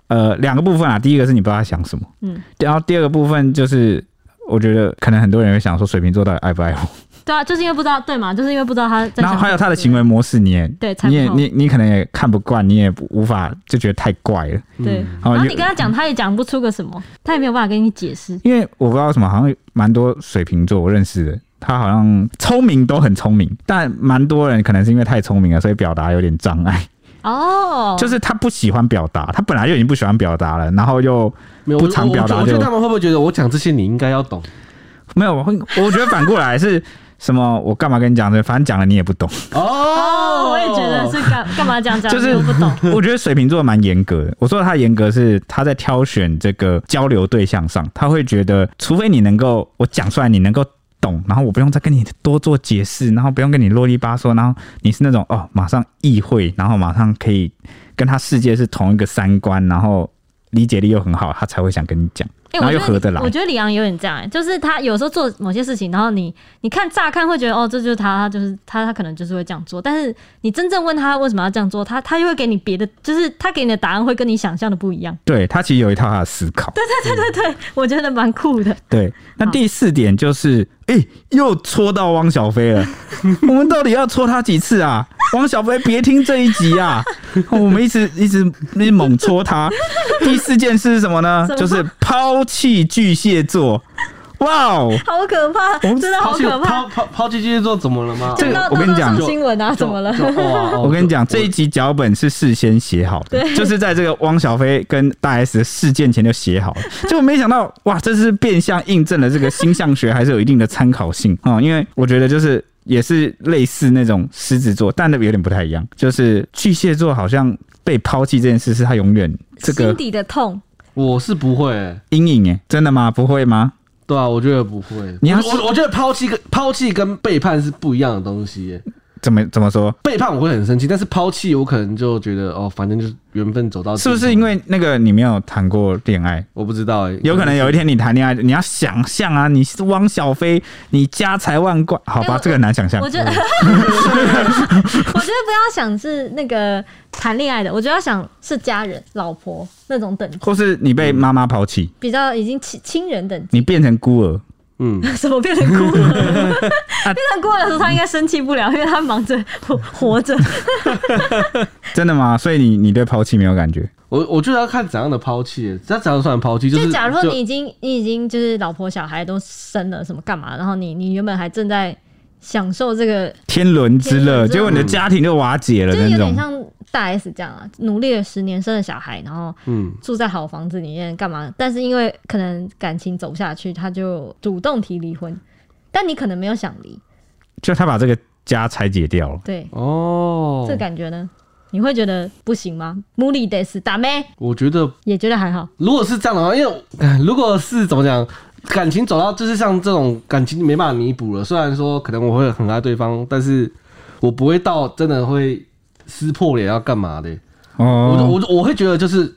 Speaker 1: 呃，两个部分啊，第一个是你不知道他想什么，
Speaker 2: 嗯，
Speaker 1: 然后第二个部分就是，我觉得可能很多人会想说水瓶座到底爱不爱我，
Speaker 2: 对啊，就是因为不知道，对嘛，就是因为不知道他在。
Speaker 1: 然后还有他的行，为模式，你也
Speaker 2: 对，嗯猜
Speaker 1: 你也
Speaker 2: 不透。
Speaker 1: 你你可能也看不惯，你也无法就觉得太怪了，
Speaker 2: 对，
Speaker 3: 嗯
Speaker 1: 然
Speaker 2: 然
Speaker 1: 后
Speaker 2: 后
Speaker 1: 你
Speaker 2: 你跟他讲，他也讲不出个什么，他也没有办法跟你解释。
Speaker 1: 因为我不知道为什么，好像蛮多水瓶座我认识的，他好像聪明都很聪明，但蛮多人可能是因为太聪明了，所以表达有点障碍，
Speaker 2: 哦，
Speaker 1: 就是他不喜欢表达，他本来就已经不喜欢表达了，然后又
Speaker 3: 没有
Speaker 1: 不
Speaker 3: 我
Speaker 1: 常
Speaker 3: 我
Speaker 1: 表达
Speaker 3: 我觉
Speaker 1: 就
Speaker 3: 得他们会不会觉得我讲这些你应该要懂？
Speaker 1: 没有，我会我觉得反过来是什么我干嘛跟你讲这个，反正讲了你也不懂。
Speaker 3: 哦
Speaker 2: 哦，我也觉得是干干嘛这样讲，
Speaker 1: 就是
Speaker 2: 我不
Speaker 1: [LAUGHS]
Speaker 2: 懂。
Speaker 1: 我觉得水瓶座蛮严格的。我说他严格是他在挑选这个交流对象上，他会觉得，除非你能够我讲出来，你能够懂，然后我不用再跟你多做解释，然后不用跟你啰里吧嗦，然后你是那种哦，马上意会，然后马上可以跟他世界是同一个三观，然后理解力又很好，他才会想跟你讲，
Speaker 2: 哎
Speaker 1: 然后又
Speaker 2: 我觉
Speaker 1: 合得
Speaker 2: 你
Speaker 1: 来
Speaker 2: 我。觉得李阳有点这样、欸，就是他有时候做某些事情，然后你你看乍看会觉得哦，这就是他，他就是他，他可能就是会这样做。但是你真正问他为什么要这样做，他他就会给你别的，就是他给你的答案会跟你想象的不一 [LAUGHS] 样。
Speaker 1: 对他其实有一套他的思考。
Speaker 2: 我觉得蛮酷的。
Speaker 1: [LAUGHS] 对，那
Speaker 2: 好
Speaker 1: 第四点就是，哎、又戳到汪小
Speaker 2: [LAUGHS]
Speaker 1: 菲了。我们到底要戳他几次啊？汪小菲，别听这一
Speaker 2: [LAUGHS]
Speaker 1: 集啊！我们一直一直一直猛戳他。第四件事是什么呢？
Speaker 2: 什么
Speaker 1: 就是抛弃巨蟹座。哇哦！
Speaker 2: 好可怕，
Speaker 1: 我们
Speaker 2: 真的好
Speaker 3: 抛弃
Speaker 2: 可
Speaker 3: 抛
Speaker 2: 怕！
Speaker 3: 抛抛弃巨蟹座怎么了吗？
Speaker 1: 这
Speaker 2: 就
Speaker 1: 个
Speaker 2: 闹
Speaker 1: 我跟
Speaker 2: 闹
Speaker 1: 你
Speaker 2: 到
Speaker 1: 讲
Speaker 2: 上新闻啊，怎么了？
Speaker 3: 就？
Speaker 2: [LAUGHS]
Speaker 3: 就哇哦
Speaker 1: 我跟你讲，
Speaker 3: 我
Speaker 1: 这一集脚本是事先写好的，就是在这个汪小菲跟大 S 的事件前就
Speaker 3: [LAUGHS]
Speaker 1: 写好了。就没想到，哇，这是变相印证了这个星象学还是有一定的参考性哦。因为我觉得就是也是类似那种狮子座，但那个有点不太一样，就是巨蟹座好像被抛弃这件事是他永远这
Speaker 2: 心
Speaker 1: 个
Speaker 2: 底的痛，
Speaker 3: 我是不会、欸，
Speaker 1: 阴影哎，真的吗？不会吗？
Speaker 3: 对啊，我觉得不会。
Speaker 1: 你要
Speaker 3: 我
Speaker 1: 是
Speaker 3: 我我觉得抛弃跟抛弃跟背叛是不一样的东西、欸。
Speaker 1: 怎么怎么说？
Speaker 3: 背叛我会很生气，但是抛弃我可能就觉得哦，反正就是缘分走到尽
Speaker 1: 是
Speaker 3: 头。
Speaker 1: 不是因为那个你没有谈过恋爱，
Speaker 3: 我不知道、欸？
Speaker 1: 有可能有一天你谈恋爱，你要想象啊，你是汪小菲，你家财万贯，好
Speaker 2: 哎
Speaker 1: 吧，
Speaker 2: 我
Speaker 1: 这个很难想象
Speaker 2: 我。觉得，我 [LAUGHS] 觉得不要想是那个谈恋爱的，我觉得要想是家人、老婆那种等级，
Speaker 1: 或是你被妈妈抛弃，
Speaker 2: 比较已经亲亲人等级。
Speaker 1: 你变成孤儿，
Speaker 3: 嗯，
Speaker 2: [LAUGHS] 怎么变成孤儿？
Speaker 1: [LAUGHS] 啊
Speaker 2: 变成孤儿的时候，他应该生气不了，因为他忙着活活
Speaker 1: [LAUGHS]
Speaker 2: 着。
Speaker 1: 真的吗？所以你你对抛弃没有感觉？
Speaker 3: 我我觉得要看怎样的抛弃、欸，那怎样算抛弃？
Speaker 2: 就是假如说
Speaker 3: 就
Speaker 2: 你已经你已经就是老婆小孩都生了什么干嘛，然后你你原本还正在享受这个，
Speaker 1: 天伦之
Speaker 2: 天
Speaker 1: 乐，
Speaker 2: 伦之乐
Speaker 1: 结果你的家庭就瓦解了
Speaker 2: 就是
Speaker 1: 那
Speaker 2: 有点
Speaker 1: 种。
Speaker 2: 像大 S 这样啊，努力了十年生了小孩，然后
Speaker 3: 嗯，
Speaker 2: 住在好房子里面干嘛？但是因为可能感情走不下去，他就主动提离婚，但你可能没有想离，
Speaker 1: 就他把这个家拆解掉了，
Speaker 2: 对，
Speaker 3: 哦
Speaker 2: 这，感觉呢？你会觉得不行吗？無理ですダメ
Speaker 3: 我觉得
Speaker 2: 也觉得还好。
Speaker 3: 如果是这样的话，因为唉如果是怎么讲，感情走到就是像这种感情没办法弥补了。虽然说可能我会很爱对方，但是我不会到真的会撕破脸要干嘛的。我就
Speaker 1: 哦
Speaker 3: 我就我会觉得就是，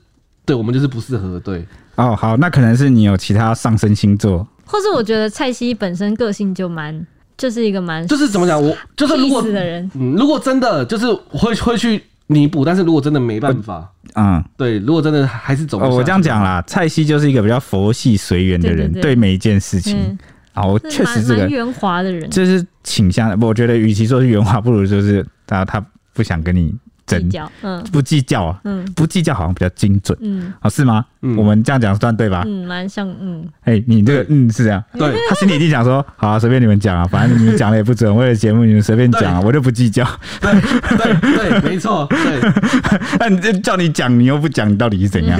Speaker 3: 对我们就是不适合。对，
Speaker 1: 哦，好，那可能是你有其他上升星座，
Speaker 2: 或是我觉得蔡西本身个性就蛮，就是一个蛮
Speaker 3: 就是怎么讲，我就是如果
Speaker 1: [LAUGHS]
Speaker 2: peace 的人，
Speaker 3: 嗯，如果真的就是会会去弥补，但是如果真的没办法，
Speaker 1: 嗯，
Speaker 3: 对，如果真的还是走不
Speaker 1: 哦，
Speaker 3: 下去、
Speaker 1: 我这样讲啦，蔡西就是一个比较佛系随缘的人，
Speaker 2: 对对对
Speaker 1: 对每一件事情
Speaker 2: 嗯，，
Speaker 1: 啊，我
Speaker 2: 是
Speaker 1: 确实
Speaker 2: 蛮
Speaker 1: 这个
Speaker 2: 蛮圆滑的人，
Speaker 1: 这是倾向，我觉得与其说是圆滑，不如就是他他不想跟你
Speaker 2: 计
Speaker 1: 争，
Speaker 2: 较，嗯
Speaker 1: 不计较啊，
Speaker 2: 嗯
Speaker 1: 不计较好像比较精准，
Speaker 2: 嗯
Speaker 1: 哦，是吗？
Speaker 3: 嗯
Speaker 1: 我们这样讲算对吧？
Speaker 2: 嗯，蛮像嗯，
Speaker 1: 哎、你这个嗯是这样，
Speaker 3: 对。
Speaker 1: 他心里一定想说，好、啊，随便你们讲啊，反正你们讲了也不准，为了节目你们随便讲啊，我就不计较。 [LAUGHS]
Speaker 3: 对对，没错，对，
Speaker 1: 那你就叫你讲，你又不讲，你到底是怎
Speaker 3: [LAUGHS]
Speaker 1: 样？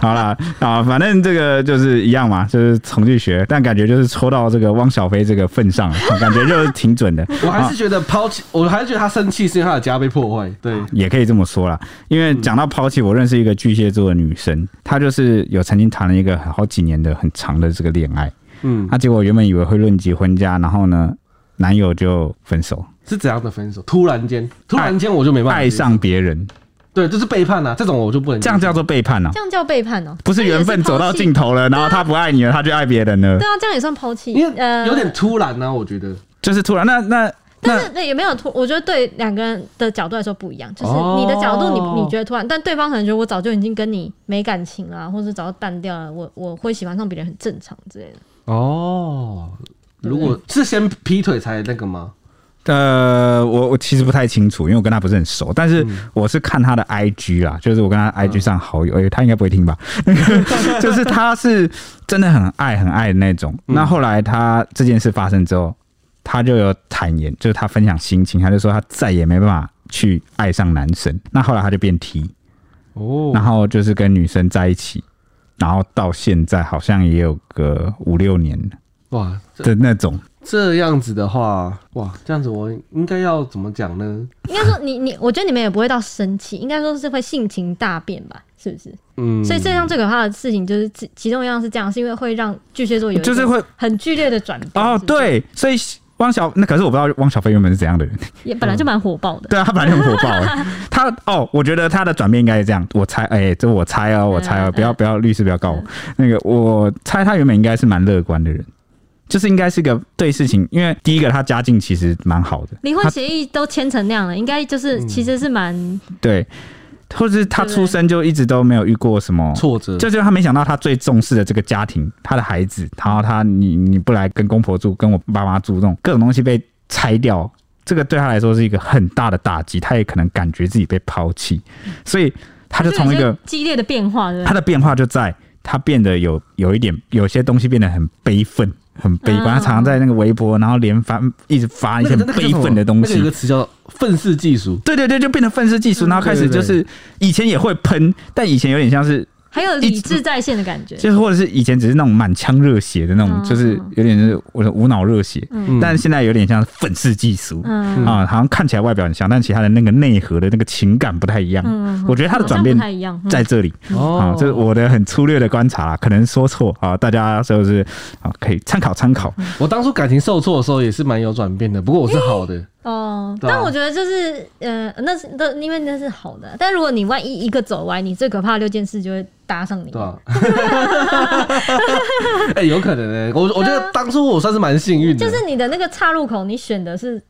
Speaker 1: 好啦，啊，反正这个就是一样嘛，就是从去学，但感觉就是戳到这个汪小菲这个份上了，感觉就是挺准的。
Speaker 3: 我还是觉得抛
Speaker 1: [LAUGHS]
Speaker 3: 弃，我还是觉得他生气是因为他的家被破坏。对，
Speaker 1: 也可以这么说啦，因为讲到抛弃，我认识一个巨蟹座的女生，她就是有曾经谈了一个好几年的很长的这个恋爱，
Speaker 3: 嗯，
Speaker 1: 她结果原本以为会论及婚嫁，然后呢，男友就分手，
Speaker 3: 是怎样的分手？突然间，突然间我就没办法
Speaker 1: 爱上，别人，
Speaker 3: 对，这是背叛啊，这种我就不能
Speaker 1: 这样叫做背叛啊
Speaker 2: 这！样叫背叛哦，
Speaker 1: 不是缘分走到尽头了，然后他不爱你了，他就爱别人了
Speaker 2: 对，啊，这样也算抛弃，
Speaker 3: 因为
Speaker 2: 呃
Speaker 3: 有点突然啊呢，我觉得，
Speaker 1: 就是突然那那
Speaker 2: 但是那也没有突，我觉得对两个人的角度来说不一样，就是你的角度你，
Speaker 3: 哦
Speaker 2: 你觉得突然，但对方可能觉得我早就已经跟你没感情啦，或者早就淡掉了，我我会喜欢上别人很正常之类的。
Speaker 3: 哦，如果是先劈腿才那个吗？
Speaker 1: 呃，我我其实不太清楚，因为我跟他不是很熟，但是
Speaker 3: 嗯
Speaker 1: 我是看他的 IG 啦，就是我跟
Speaker 3: 啊
Speaker 1: 他 IG 上好友，哎、他应该不会听
Speaker 3: [LAUGHS]
Speaker 1: 吧？就是他是真的很爱很爱的那种。
Speaker 3: 嗯
Speaker 1: 那后来他这件事发生之后，他就有坦言，就是他分享心情，他就说他再也没办法去爱上男生。那后来他就变 T，
Speaker 3: 哦
Speaker 1: 然后就是跟女生在一起，然后到现在好像也有个五六年了。
Speaker 3: 哇，这
Speaker 1: 的那种。
Speaker 3: 这样子的话，哇，这样子我应该要怎么讲呢？
Speaker 2: 应该
Speaker 1: [LAUGHS]
Speaker 2: 说你你，我觉得你们也不会到生气，应该说是会性情大变吧，是不是？
Speaker 3: 嗯，
Speaker 2: 所以这项最可怕的事情就是其其中一样是这样，是因为会让巨蟹座有一个
Speaker 1: 就是会
Speaker 2: 很剧烈的转变
Speaker 1: 哦，，对，所以汪小那可是我不知道汪小菲原本是怎样的人，
Speaker 2: 是不是也本来就蛮火爆的。
Speaker 1: 对啊，他本来就很火爆
Speaker 2: [LAUGHS]
Speaker 1: 欸。他哦，我觉得他的转变应该是这样，我猜，哎、这我猜哦，我猜哦，
Speaker 2: 嗯
Speaker 1: 不要不要，律师不要告我。那个我猜他原本应该是蛮乐观的人，就是应该是个对事情，因为第一个他家境其实蛮好的，
Speaker 2: 离
Speaker 1: 他
Speaker 2: 婚协议都签成那样了，应该
Speaker 1: 嗯
Speaker 2: 就是其实是蛮
Speaker 1: 对，或者是他
Speaker 2: 对不
Speaker 1: 出
Speaker 2: 对
Speaker 1: 生就一直都没有遇过什么
Speaker 3: 挫折，
Speaker 1: 就是他没想到他最重视的这个家庭，他的孩子，然后他你你不来跟公婆住，跟我爸妈住，这种各种东西被拆掉，这个对他来说是一个很大的打击，他也可能感觉自己被抛弃，所以他就从
Speaker 2: 有
Speaker 1: 一个
Speaker 2: 些激烈的变化，对不
Speaker 1: 他
Speaker 2: 对？
Speaker 1: 的变化就在他变得有有一点有些东西变得很悲愤。很悲观，
Speaker 2: 嗯
Speaker 1: 他常常在那个微博，然后连发一直发一
Speaker 3: 那
Speaker 1: 些
Speaker 3: 个那个叫
Speaker 1: 悲
Speaker 3: 什么
Speaker 1: 愤的东
Speaker 3: 那个有
Speaker 1: 西
Speaker 3: 个。词叫愤世嫉俗，
Speaker 1: 对对对，就变成愤世嫉俗，然后开
Speaker 3: 对
Speaker 1: 始
Speaker 3: 对
Speaker 1: 就
Speaker 3: 对
Speaker 1: 是以前也会喷，但以前有点像是
Speaker 2: 还有理智在线的感觉，
Speaker 1: 就是或者是以前只是那种满腔热血的那种，
Speaker 2: 嗯
Speaker 1: 就是有点是我的无脑热血，
Speaker 3: 嗯
Speaker 1: 但现在有点像愤世嫉俗。
Speaker 2: 嗯
Speaker 1: 啊，好像看起来外表很像，但其他的那个内核的那个情感不太一样。
Speaker 2: 嗯
Speaker 1: 我觉得他的转变
Speaker 2: 好像不太一样，嗯
Speaker 1: 在这里、啊
Speaker 3: 哦，
Speaker 1: 这是我的很粗略的观察啦，可能说错啊，大家就是啊可以参考参考。
Speaker 2: 嗯
Speaker 3: 我当初感情受挫的时候也是蛮有转变的，不过我是好的，
Speaker 2: 哦，
Speaker 3: 对啊
Speaker 2: 但我觉得就是，呃，那是那因为那是好的，但如果你万一一个走歪，你最可怕的六件事就会搭上你
Speaker 3: 对。
Speaker 1: 啊
Speaker 3: 吧、哎、有可能欸我我觉得当初我算是蛮幸运的，
Speaker 2: 就是你的那个岔路口，你选的是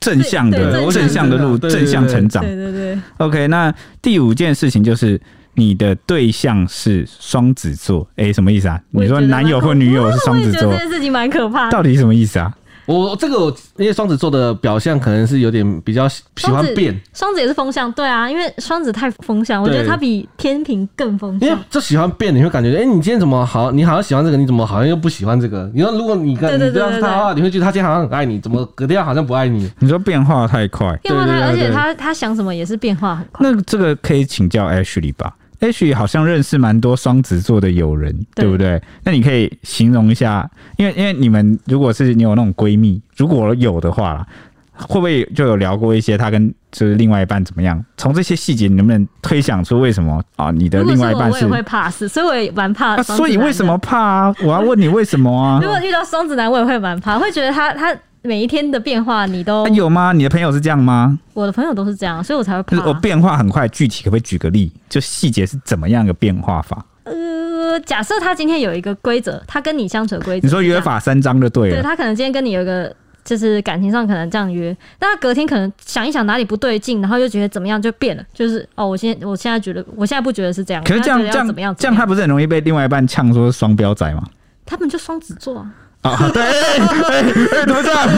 Speaker 1: 正向
Speaker 2: 对
Speaker 1: 的
Speaker 2: 对
Speaker 1: 正向的路，
Speaker 3: 对对对
Speaker 1: 正向成长。
Speaker 2: 对对对，
Speaker 1: OK，那第五件事情就是你的对象是双子座，诶，什么意思啊？
Speaker 2: 我
Speaker 1: 你
Speaker 2: 也
Speaker 1: 说
Speaker 2: 觉得
Speaker 1: 男友或女友是
Speaker 2: 我
Speaker 1: [LAUGHS] 双
Speaker 2: 也
Speaker 1: 子
Speaker 2: 觉得
Speaker 1: 座
Speaker 2: 这，件事情蛮可怕的。
Speaker 1: 到底什么意思啊？
Speaker 3: 我这个我因为双子座的表象可能是有点比较喜喜欢
Speaker 2: 双子
Speaker 3: 变，
Speaker 2: 双子也是风向，对啊，因为双子太风向，我觉得
Speaker 3: 对
Speaker 2: 他比天平更风
Speaker 3: 因为
Speaker 2: 向。
Speaker 3: 就喜欢变，你会感觉，哎、你今天怎么好？你好像喜欢这个，你怎么好像又不喜欢这个？你说如果你跟
Speaker 2: 对对对
Speaker 3: 你这样是他的话，你会觉得他今天好像很爱你，怎么隔天好像不爱你？
Speaker 1: 你说变化太快，
Speaker 2: 变化他，
Speaker 3: 对
Speaker 2: 而
Speaker 3: 对对
Speaker 2: 且
Speaker 3: 对
Speaker 2: 他他想什么也是变化很快。
Speaker 1: 那这个可以请教 Ashley 吧。Ashley 好像认识蛮多双子座的友人，
Speaker 2: 对
Speaker 1: 对不对？那你可以形容一下，因为因为你们如果是你有那种闺蜜，如果有的话啦，会不会就有聊过一些她跟就是另外一半怎么样？从这些细节，你能不能推想出为什么啊？你的
Speaker 2: 如果
Speaker 1: 另
Speaker 2: 是
Speaker 1: 外一
Speaker 2: 我，
Speaker 1: 半
Speaker 2: 我
Speaker 1: 是
Speaker 2: 也会怕死，所以我也蛮怕
Speaker 1: 啊，
Speaker 2: 双子男的。
Speaker 1: 所以为什么怕啊？我要问你为什么啊
Speaker 2: [LAUGHS] 如？果遇到双子男，我也会蛮怕，会觉得他他每一天的变化，你都
Speaker 1: 啊有吗？你的朋友是这样吗？
Speaker 2: 我的朋友都是这样，所以我才会
Speaker 1: 就是
Speaker 2: 怕。
Speaker 1: 我变化很快，具体可不可以举个例？就细节是怎么样的变化法？
Speaker 2: 呃，假设他今天有一个规则，他跟你相处的规则，
Speaker 1: 你说约，法三章就对
Speaker 2: 对
Speaker 1: 了。
Speaker 2: 他可能今天跟你有一个。就是感情上可能这样约，但他隔天可能想一想哪里不对劲，然后就觉得怎么样就变了，就是哦，我现在我现在觉得我现在不觉得是这样，
Speaker 1: 可是
Speaker 2: 我
Speaker 1: 这
Speaker 2: 现在觉得
Speaker 1: 样这
Speaker 2: 要
Speaker 1: 样
Speaker 2: 怎么样
Speaker 1: 这样，他
Speaker 2: 怎么
Speaker 1: 不是很容易被另外一半呛说是双标仔吗？
Speaker 2: 他们就双子座啊，
Speaker 1: 啊，对，哎哎怎么这样？哎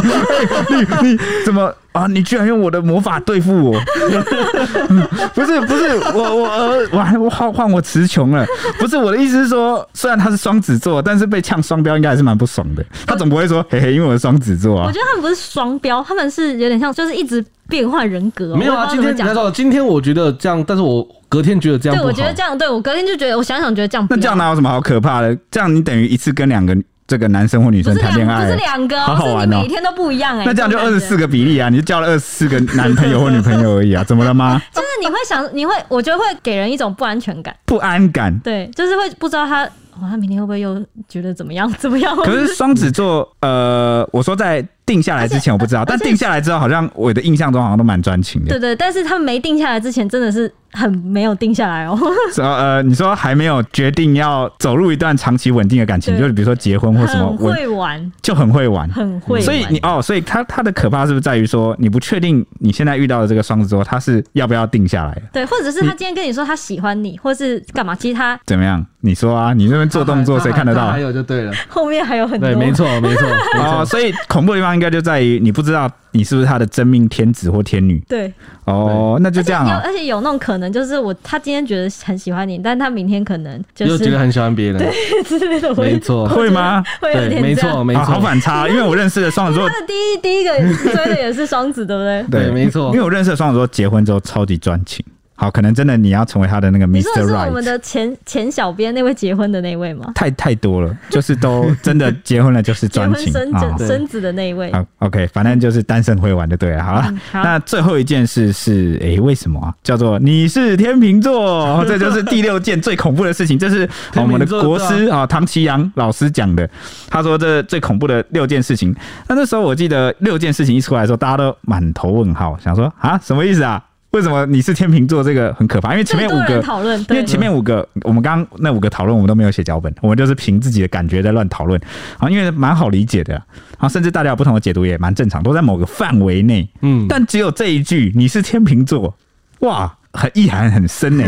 Speaker 1: 你你怎么啊？你居然用我的魔法对付我？ [LAUGHS] 不是不是，我我呃我还我换换我词穷了。不是我的意思是说，虽然他是双子座，但是被呛双标应该还是蛮不爽的。他总不会说嘿嘿，因为我是双子座
Speaker 2: 我
Speaker 1: 啊
Speaker 2: 觉。得他们不是双标，他们是有点像就是一直变换人格哦、
Speaker 3: 没有
Speaker 2: 我
Speaker 3: 啊，
Speaker 2: 也
Speaker 3: 今天
Speaker 2: 不知道怎么
Speaker 3: 你
Speaker 2: 讲
Speaker 3: 看说，今天我觉得这样，但是我隔天觉得这样
Speaker 2: 对，
Speaker 3: 不好。
Speaker 2: 我觉得这样，对我隔天就觉得我想想觉得这样不
Speaker 1: 那
Speaker 2: 好，
Speaker 1: 这样哪有什么好可怕的？这样你等于一次跟两个这个男生或女
Speaker 2: 不
Speaker 1: 生
Speaker 2: 是
Speaker 1: 谈恋
Speaker 2: 两
Speaker 1: 爱
Speaker 2: 不
Speaker 1: 了
Speaker 2: 是，两个哦，
Speaker 1: 好好玩
Speaker 2: 是
Speaker 1: 哦
Speaker 2: 你每天都不一样哎、
Speaker 1: 那这样就
Speaker 2: 种
Speaker 1: 二
Speaker 2: 感觉
Speaker 1: 十四个比例啊，你就交了二十四个男朋友或女朋友而已
Speaker 2: [LAUGHS]
Speaker 1: 啊，怎么了吗？
Speaker 2: 就是你会想，你会，我觉得会给人一种不安全感，
Speaker 1: 不安感。
Speaker 2: 对，就是会不知道他，哇，他明天会不会又觉得怎么样 [LAUGHS] 怎么样？
Speaker 1: 可是双子座，呃，我说在定下来之前我不知道，但定下来之后，好像我的印象中好像都蛮专情的
Speaker 2: 对。对，但是他们没定下来之前，真的是很没有定下来哦，
Speaker 1: 然后呃，你说还没有决定要走入一段长期稳定的感情，
Speaker 2: 对
Speaker 1: 就是比如说结婚或什么
Speaker 2: 很，
Speaker 1: 我
Speaker 2: 会玩，
Speaker 1: 就很会玩。
Speaker 2: 很会玩。
Speaker 1: 所以你哦，所以他他的可怕是不是在于说，你不确定你现在遇到的这个双子座，他是要不要定下来？
Speaker 2: 对，或者是他今天跟你说他喜欢你，或是干嘛，其实他
Speaker 1: 怎么样？你说啊，你这边做动作
Speaker 3: 他还
Speaker 1: 谁看得
Speaker 3: 他
Speaker 1: 到
Speaker 3: 还？有就对了，
Speaker 2: 后面还有很多。
Speaker 3: 对，没。错，没错，没
Speaker 1: 哦，
Speaker 3: 错。
Speaker 1: 所以恐怖的地方应该就在于你不知道你是不是他的真命天子或天女
Speaker 2: 对，
Speaker 1: 哦，那就这样
Speaker 2: 有
Speaker 1: 啊、
Speaker 2: 而且有那种可能，就是我他今天觉得很喜欢你，但他明天可能就
Speaker 3: 又
Speaker 2: 是
Speaker 3: 觉得很喜欢别人，
Speaker 2: 之类的，我
Speaker 3: 没
Speaker 2: 也
Speaker 3: 错，
Speaker 1: 会吗？
Speaker 2: 会有
Speaker 3: 对，
Speaker 2: 点
Speaker 3: 没
Speaker 2: 这样
Speaker 3: 错，没
Speaker 1: 啊，好
Speaker 3: 错，
Speaker 1: 反差，因为我认识的双子座
Speaker 2: 他，的第一
Speaker 1: [LAUGHS]
Speaker 2: 第一个追的也是双子，对不对？
Speaker 3: [LAUGHS] 对没错
Speaker 1: 因为我认识的双子座结婚之后超级专情。好，可能真的你要成为他的那个
Speaker 2: 你说
Speaker 1: Mr.
Speaker 2: 的是我们
Speaker 1: Right。
Speaker 2: 的前前小编那位结婚的那位吗？
Speaker 1: 太太多了，就是都真的结婚了，就是
Speaker 2: [LAUGHS] 结
Speaker 1: 专
Speaker 2: 婚
Speaker 1: 情
Speaker 2: 生
Speaker 1: 啊。
Speaker 2: 子
Speaker 3: 对
Speaker 2: 生子的那一位，
Speaker 1: 好，OK，反正就是单身会玩就对了。好了，
Speaker 2: 嗯好
Speaker 1: 那最后一件事是，诶，为什么啊？叫做你是天秤座，哦这就是第六件最恐怖的事情。这是哦我
Speaker 3: 天
Speaker 1: 们
Speaker 3: 秤
Speaker 1: 的
Speaker 3: 座
Speaker 1: 国
Speaker 3: 对啊
Speaker 1: 师啊，唐奇阳老师讲的。他说这最恐怖的六件事情。那那时候我记得六件事情一出来的时候，大家都满头问号，想说啊，什么意思啊？为什么你是天秤座？这个很可怕，因为前
Speaker 2: 最
Speaker 1: 面
Speaker 2: 多
Speaker 1: 五个
Speaker 2: 人讨论，
Speaker 1: 因为
Speaker 2: 对，
Speaker 1: 前面五个，我们刚刚那五个讨论，我们都没有写脚本，我们就是凭自己的感觉在乱讨论，啊，因为蛮好理解的，啊，甚至大家有不同的解读也蛮正常，都在某个范围内。
Speaker 3: 嗯，
Speaker 1: 但只有这一句，你是天秤座，哇，很意涵很深 [LAUGHS] 呢、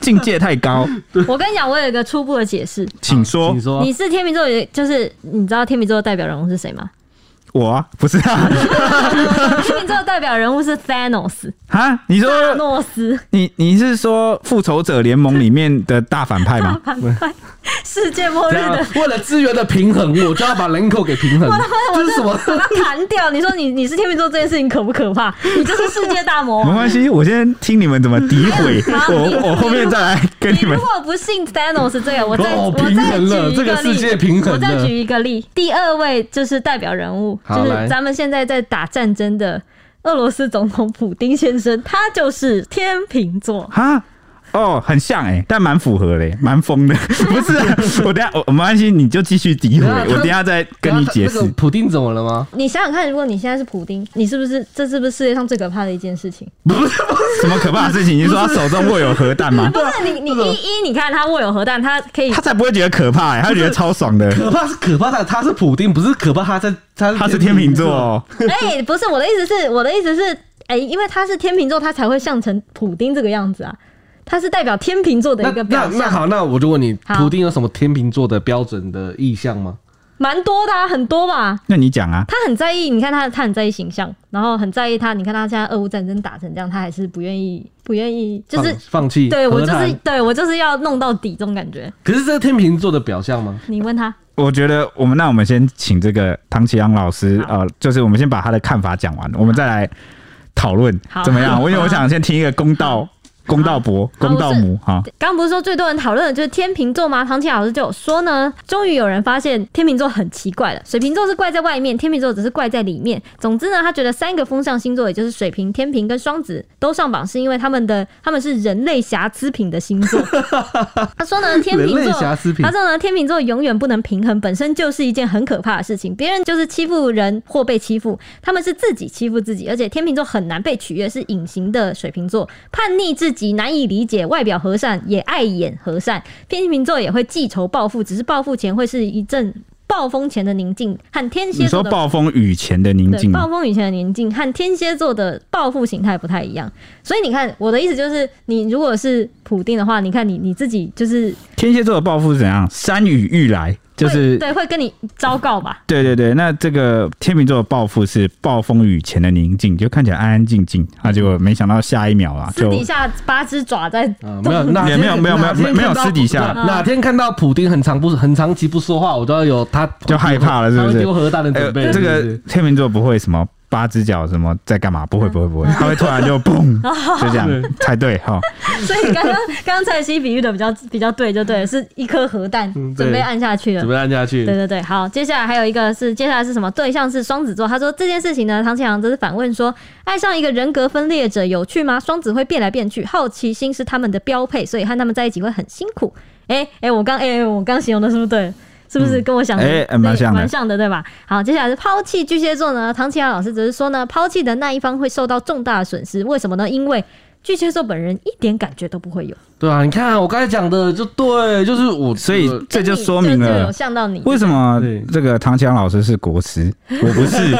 Speaker 1: 境界太高，
Speaker 2: 我跟你讲，我有一个初步的解释。
Speaker 1: 啊请说
Speaker 3: 你，说
Speaker 2: 你是天秤座，就是你知道天秤座的代表人物是谁
Speaker 1: [LAUGHS]
Speaker 2: 吗？
Speaker 1: 我啊，不是啊， [LAUGHS]
Speaker 2: 天秤座的代表人物是 Thanos，
Speaker 1: 啊，你说
Speaker 2: 大诺斯，
Speaker 1: 你你是说复仇者联盟里面的大反派吗？
Speaker 2: 世界末日
Speaker 3: 这样
Speaker 2: [LAUGHS] 的，
Speaker 3: 为了资源的平衡，我就要把人口给平衡，这是什么？
Speaker 2: 把它砍掉。你说你你是天秤座这件事情可不可怕？你就是世界大
Speaker 1: [LAUGHS]
Speaker 2: 魔
Speaker 1: 没
Speaker 2: 王。
Speaker 1: 关系，我先听你们怎么诋毁
Speaker 2: 好你
Speaker 1: 我，我后面再来跟
Speaker 2: 你
Speaker 1: 你们
Speaker 2: 如。果不信 Thanos 这个，我再、
Speaker 3: 哦
Speaker 2: 我再
Speaker 3: 平衡了
Speaker 2: 举一
Speaker 3: 这个
Speaker 2: 例
Speaker 3: 世界平衡
Speaker 2: 我再
Speaker 3: 了
Speaker 2: 举一个例，第二位就是代表人物，
Speaker 3: 好
Speaker 2: 就是
Speaker 3: 来
Speaker 2: 咱们现在在打战争的俄罗斯总统普丁先生，他就是天秤座。
Speaker 1: 哈。哦，很像哎、但蛮符合嘞、蛮疯 [LAUGHS] 的。不是、啊，我等下我我没关系，你就继续诋毁，
Speaker 3: 等下他
Speaker 1: 我等下再跟你解释
Speaker 3: 那个。普丁怎么了吗？
Speaker 2: 你想想看，如果你现在是普丁，你是不是这是不是世界上最可怕的一件事情？
Speaker 1: 什么可怕的事情？你说他手中握有核弹吗？
Speaker 3: 啊
Speaker 2: 不是你你一一你看他握有核弹，他可以
Speaker 1: [LAUGHS] 他才不会觉得可怕、欸，他觉得超爽的。
Speaker 3: 可怕是可怕的，他是普丁，不是可怕他在他
Speaker 1: 他是天秤座，
Speaker 2: [LAUGHS]
Speaker 1: 哦，
Speaker 2: 哎、不是我的意思是，我的意思是，哎、因为他是天秤座，他才会像成普丁这个样子啊。他是代表天秤座的
Speaker 3: 那
Speaker 2: 一个
Speaker 3: 那
Speaker 2: 表
Speaker 3: 那
Speaker 2: 象，
Speaker 3: 好，那我就问你，
Speaker 2: 好
Speaker 3: 普丁有什么天秤座的标准的意向吗？
Speaker 2: 蛮多的、啊，很多吧。
Speaker 1: 那你讲啊，
Speaker 2: 他很在意，你看他，他很在意形象，然后很在意他。你看他现在俄乌战争打成这样，他还是不愿意，不愿意，就是
Speaker 3: 放放弃，
Speaker 2: 对我
Speaker 3: 和
Speaker 2: 就
Speaker 3: 谈
Speaker 2: 是对我就是要弄到底这种感觉。
Speaker 3: 可是这是天秤座的表象吗？
Speaker 2: 你问他，
Speaker 1: 我觉得我们那我们先请这个唐奇阳老师，
Speaker 2: 好
Speaker 1: 呃，就是我们先把他的看法讲完，我们再来讨论
Speaker 2: 好
Speaker 1: 怎么样。
Speaker 2: 好
Speaker 1: 我因为我想先听一个公道公道伯公道母哈，
Speaker 2: 刚不是说最多人讨论的就是天秤座吗？唐琪老师就有说呢，终于有人发现天秤座很奇怪了。水瓶座是怪在外面，天秤座只是怪在里面。总之呢，他觉得三个风象星座，也就是水瓶、天平跟双子都上榜，是因为他们的他们是人类瑕疵品的星座。 [LAUGHS] 他说呢，天秤
Speaker 3: 人类
Speaker 2: 座
Speaker 3: 瑕疵品
Speaker 2: 他说呢，天秤座永远不能平衡，本身就是一件很可怕的事情。别人就是欺负人或被欺负，他们是自己欺负自己，而且天秤座很难被取悦，是隐形的水瓶座，叛逆至极，难以理解，外表和善也爱演和善。天秤座也会记仇报复，只是报复前会是一阵暴风前的宁静，和天
Speaker 1: 你
Speaker 2: 蝎座
Speaker 1: 说
Speaker 2: 的
Speaker 1: 暴风雨前的宁
Speaker 2: 对，
Speaker 1: 静吗
Speaker 2: 暴风雨前的宁静和天蝎座的报复形态不太一样，所以你看，我的意思就是，你如果是普丁的话，你看你你自己就是
Speaker 1: 天蝎座的报复是怎样？山雨欲来，就是
Speaker 2: 会对会跟你昭告吧。
Speaker 1: 对对对。那这个天秤座的报复是暴风雨前的宁静，就看起来安安静静，啊，结果没想到下一秒啊，
Speaker 2: 私
Speaker 1: 就
Speaker 2: 底下八只爪在
Speaker 3: 啊，没有，哪
Speaker 1: 也
Speaker 3: 天
Speaker 1: 没有没有没
Speaker 3: 哪
Speaker 1: 有
Speaker 3: 天
Speaker 1: 没有
Speaker 3: 看到
Speaker 1: 私底下
Speaker 3: 哪哪天看到普丁很长不很长期不说话，我都要有他
Speaker 1: 就害怕了，是不
Speaker 3: 他会
Speaker 1: 是
Speaker 3: 丢？核弹的
Speaker 1: 哎
Speaker 3: 准备
Speaker 1: 呦
Speaker 3: 了。
Speaker 1: 这个
Speaker 3: 是不是
Speaker 1: 天秤座不会什么八只脚什么在干嘛？不会不会不会，他会突然就
Speaker 3: [LAUGHS]
Speaker 1: 嘣，就这样
Speaker 3: 嗯对
Speaker 1: 才对哈。
Speaker 2: [LAUGHS] 所以刚刚刚刚蔡西比喻的比较比较对，就对了，是一颗核弹
Speaker 3: 嗯对
Speaker 2: 准备按下去了
Speaker 3: 准。备按下去
Speaker 1: 嗯
Speaker 2: 对。对对，好，接下来还有一个是，接下来是什么？对象是双子座。他说这件事情呢，唐启阳则是反问说，爱上一个人格分裂者有趣吗？双子会变来变去，好奇心是他们的标配，所以和他们在一起会很辛苦。哎、哎、我刚哎、哎我刚形容的是不是对？是不是跟我想的
Speaker 1: 哎
Speaker 2: 对
Speaker 1: 蛮像的
Speaker 2: 蛮像的，对吧？好，接下来是抛弃巨蟹座呢，唐启阳老师则是说呢，抛弃的那一方会受到重大的损失，为什么呢？因为巨蟹座本人一点感觉都不会有，
Speaker 3: 对啊，你看我刚才讲的就对，就是我，
Speaker 1: 所以
Speaker 3: 我
Speaker 1: 这就
Speaker 2: 跟你
Speaker 1: 说明
Speaker 2: 就就
Speaker 1: 了
Speaker 2: 有。像到你，
Speaker 1: 为什么
Speaker 3: 嗯对
Speaker 1: 这个唐强老师是国师，我不
Speaker 3: [LAUGHS]
Speaker 1: 是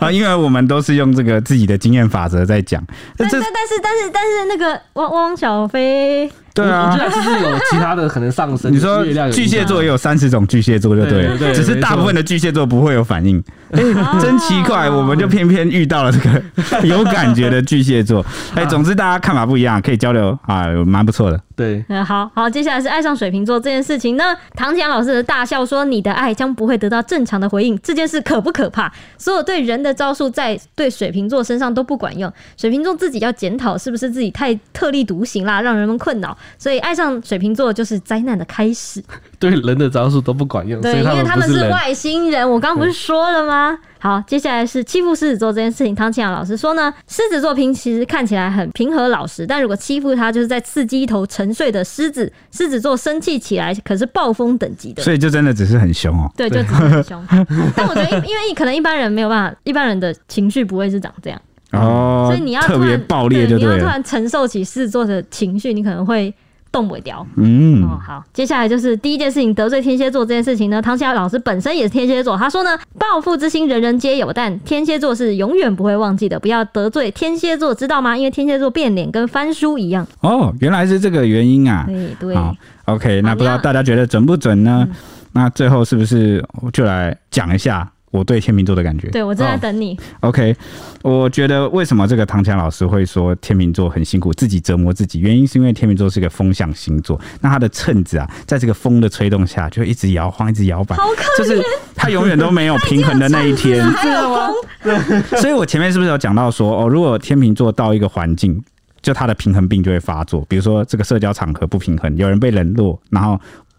Speaker 1: 啊？因为我们都是用这个自己的经验法则在讲。
Speaker 2: 但
Speaker 1: 那这
Speaker 2: 但但是但是但是那个汪汪小菲，
Speaker 1: 对啊，
Speaker 3: 我觉得还是有其他的可能上升。
Speaker 1: 你说
Speaker 3: 月亮有
Speaker 1: 巨蟹座也有三十种巨蟹座就对了，
Speaker 3: 对对对
Speaker 1: 只是大部分的巨蟹座不会有反应。哎、
Speaker 2: 哦
Speaker 1: 真奇怪，我们就偏偏遇到了这 [LAUGHS] 个有感觉的巨蟹座。哎、总之大家看法不一样，可以交流啊，蛮不错的。
Speaker 3: 影对，
Speaker 2: 嗯，好好，接下来是爱上水瓶座这件事情呢。唐强老师的大笑说：“你的爱将不会得到正常的回应，这件事可不可怕？所有对人的招数在对水瓶座身上都不管用。水瓶座自己要检讨，是不是自己太特立独行啦，让人们困扰。所以爱上水瓶座就是灾难的开始。
Speaker 3: 对人的招数都不管用，所
Speaker 2: 对，
Speaker 3: 以
Speaker 2: 因为
Speaker 3: 们
Speaker 2: 他
Speaker 3: 不
Speaker 2: 们是
Speaker 3: 人。
Speaker 2: 外星人，我刚刚不是说了吗？好，接下来是欺负狮子座这件事情，汤清阳老师说呢，狮子座平其实看起来很平和老实，但如果欺负他，就是在刺激一头沉睡的狮子。狮子座生气起来可是暴风等级的。
Speaker 1: 所以就真的只是很凶哦。
Speaker 2: 对，就只是很凶。 [LAUGHS] 但我觉得因，因为可能一般人没有办法，一般人的情绪不会是长这样，
Speaker 1: 哦，
Speaker 2: 所以你要
Speaker 1: 特
Speaker 2: 突
Speaker 1: 别
Speaker 2: 然
Speaker 1: 爆裂就
Speaker 2: 对，你要突
Speaker 1: 了。
Speaker 2: 然承受起狮子座的情绪，你可能会动不掉。
Speaker 1: 嗯，
Speaker 2: 哦，好，接下来就是第一件事情，得罪天蝎座这件事情呢，唐霞老师本身也是天蝎座，他说呢，报复之心人人皆有，但天蝎座是永远不会忘记的，不要得罪天蝎座，知道吗？因为天蝎座变脸跟翻书一样，
Speaker 1: 哦，原来是这个原因啊。
Speaker 2: 对对，
Speaker 1: 好，OK，
Speaker 2: 好嗯
Speaker 1: 那不知道大家觉得准不准呢？那最后是不是我就来讲一下我对天秤座的感觉
Speaker 2: 对我正在等你，
Speaker 1: ？OK，我觉得为什么这个唐强老师会说天秤座很辛苦，自己折磨自己，原因是因为天秤座是一个风象星座，那它的秤子啊，在这个风的吹动下，就会一直摇晃，一直摇摆，
Speaker 2: 好可
Speaker 1: 就是它永远都没有平衡的那一
Speaker 2: [LAUGHS]
Speaker 1: 天。
Speaker 2: 还有风，
Speaker 1: 所以我前面是不是有讲到说，哦，如果天秤座到一个环境，就他的平衡病就会发作，比如说这个社交场合不平衡，有人被冷落，然后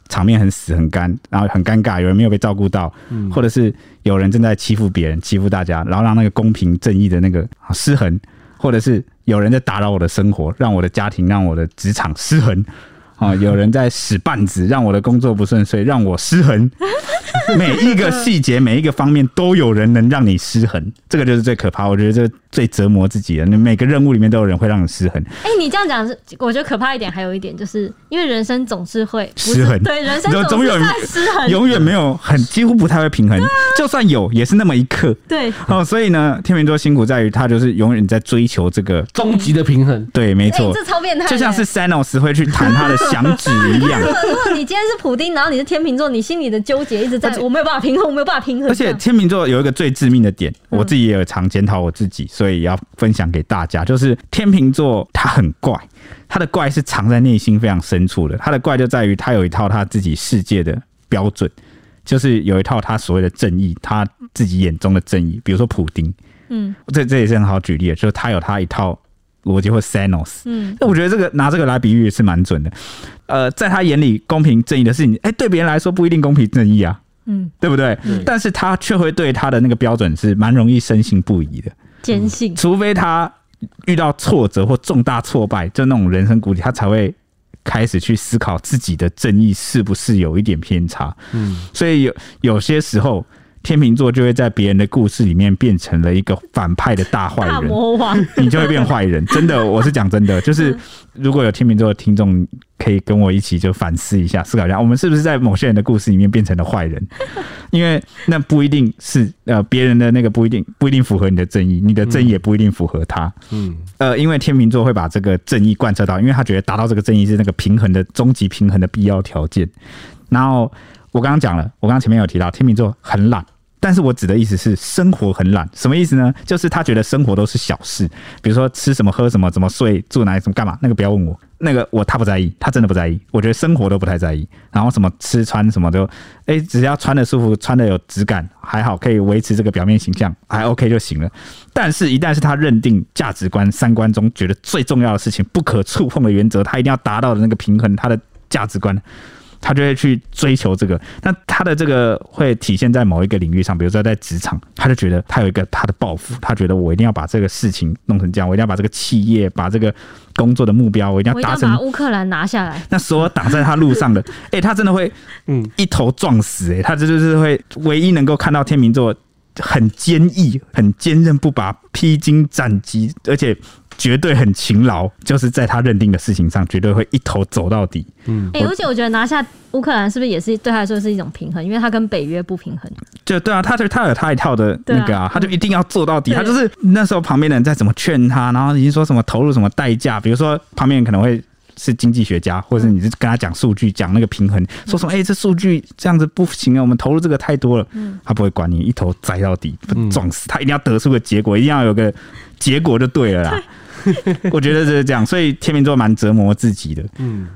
Speaker 1: 场面很死很干，然后很尴尬，有人没有被照顾到，或者是有人正在欺负别人、欺负大家，然后让那个公平正义的那个啊失衡，或者是有人在打扰我的生活，让我的家庭、让我的职场失衡。啊、有人在使绊子，让我的工作不顺遂，让我失衡。 [LAUGHS] 每一个细节、每一个方面都有人能让你失衡，这个就是最可怕。我觉得这最折磨自己的。你每个任务里面都有人会让你失衡，
Speaker 2: 哎、你这样讲是，我觉得可怕一点，还有一点就是因为人生总是会不是
Speaker 1: 失衡
Speaker 2: 对，人生
Speaker 1: 总
Speaker 2: 总
Speaker 1: 有
Speaker 2: 是在失衡，
Speaker 1: 永远没有很
Speaker 2: 嗯
Speaker 1: 几乎不太会平
Speaker 2: 啊
Speaker 1: 衡，就算有也是那么一刻。
Speaker 2: 对，
Speaker 1: 哦，所以呢，天秤座辛苦在于他就是永远在追求这个，
Speaker 3: 终极的平衡，
Speaker 1: 对，没
Speaker 2: 哎、
Speaker 1: 错，
Speaker 2: 这超变态的，
Speaker 1: 就像是 Sanos 会去弹他的响指一
Speaker 2: [LAUGHS]
Speaker 1: 样。
Speaker 2: 如果你今天是普丁，然后你是天秤座，你心里的纠结一直在，我没有办法平衡，我没有办法平衡。
Speaker 1: [LAUGHS] 而且
Speaker 2: [LAUGHS]
Speaker 1: 天秤座有一个最致命的点，我自己也有常检讨我自己，所以也要分享给大家，就是天秤座他很怪，他的怪是藏在内心非常深处的，他的怪就在于他有一套他自己世界的标准。就是有一套他所谓的正义，他自己眼中的正义，比如说普丁，
Speaker 2: 嗯
Speaker 1: 这这也是很好举例的，就是他有他一套逻辑或 Sanos，
Speaker 2: 嗯，
Speaker 1: 那我觉得这个拿这个来比喻是蛮准的。呃，在他眼里，公平正义的事情，哎、对别人来说不一定公平正义啊，
Speaker 2: 嗯，
Speaker 1: 对不对？但是他却会对他的那个标准是蛮容易深信不疑的，
Speaker 2: 坚信
Speaker 1: 除非他遇到挫折或重大挫败，就那种人生谷底，他才会开始去思考自己的正义是不是有一点偏差。
Speaker 3: 嗯，
Speaker 1: 所以有有些时候。天秤座就会在别人的故事里面变成了一个反派的大坏
Speaker 2: 大
Speaker 1: 人，
Speaker 2: 魔王。
Speaker 1: 你就会变坏人。真的，我是讲真的，就是如果有天秤座的听众，可以跟我一起就反思一下，思考一下，我们是不是在某些人的故事里面变成了坏人？因为那不一定是呃别人的那个不一定不一定符合你的正义，你的正义也不一定符合他。
Speaker 3: 嗯，
Speaker 1: 呃，因为天秤座会把这个正义贯彻到，因为他觉得达到这个正义是那个平衡的终极平衡的必要条件。然后我刚刚讲了，我刚刚前面有提到天秤座很懒，但是我指的意思是生活很懒，什么意思呢？就是他觉得生活都是小事，比如说吃什么、喝什么、怎么睡、住哪里、怎么干嘛，那个不要问我，那个我他不在意，他真的不在意，我觉得生活都不太在意。然后什么吃穿什么都， [LAUGHS] 哎、只要穿的舒服、穿的有质感，还好可以维持这个表面形象，还 OK 就行了。但是，一旦是他认定价值观、三观中觉得最重要的事情、不可触碰的原则，他一定要达到的那个平衡，他的价值观，他就会去追求这个。那他的这个会体现在某一个领域上，比如说在职场，他就觉得他有一个他的抱负，他觉得我一定要把这个事情弄成这样，我一定要把这个企业、把这个工作的目标，我一定
Speaker 2: 我
Speaker 1: [LAUGHS] 要
Speaker 2: 一定
Speaker 1: 达
Speaker 2: 要
Speaker 1: 成
Speaker 2: 把乌克兰拿下来。
Speaker 1: 那所有挡在他路上的，哎、他真的会，
Speaker 3: 嗯
Speaker 1: 嗯，一头撞死、欸，哎，他这就是会唯一能够看到天秤座很坚毅、很坚韧不拔、披荆斩棘，而且绝对很勤劳，就是在他认定的事情上，绝对会一头走到底。
Speaker 3: 嗯
Speaker 2: 哎、
Speaker 1: 我
Speaker 2: 而且我觉得拿下乌克兰是不是也是对他来说是一种平衡？因为他跟北约不平衡。
Speaker 1: 就对啊，他就他有他一套的那
Speaker 2: 对
Speaker 1: 个
Speaker 2: 啊
Speaker 1: 啊，他就一定要做到底。
Speaker 2: 对
Speaker 1: 他就是那时候旁边的人在怎么劝他，然后已经说什么投入什么代价，比如说旁边人可能会。是经济学家，或者是你是跟他讲数据，讲那个平衡，说什么？哎、这数据这样子不行啊，我们投入这个太多了。他不会管你，一头栽到底，不撞死他，一定要得出个结果，一定要有个结果就对了啦。我觉得就是这样，所以天秤座蛮折磨自己的。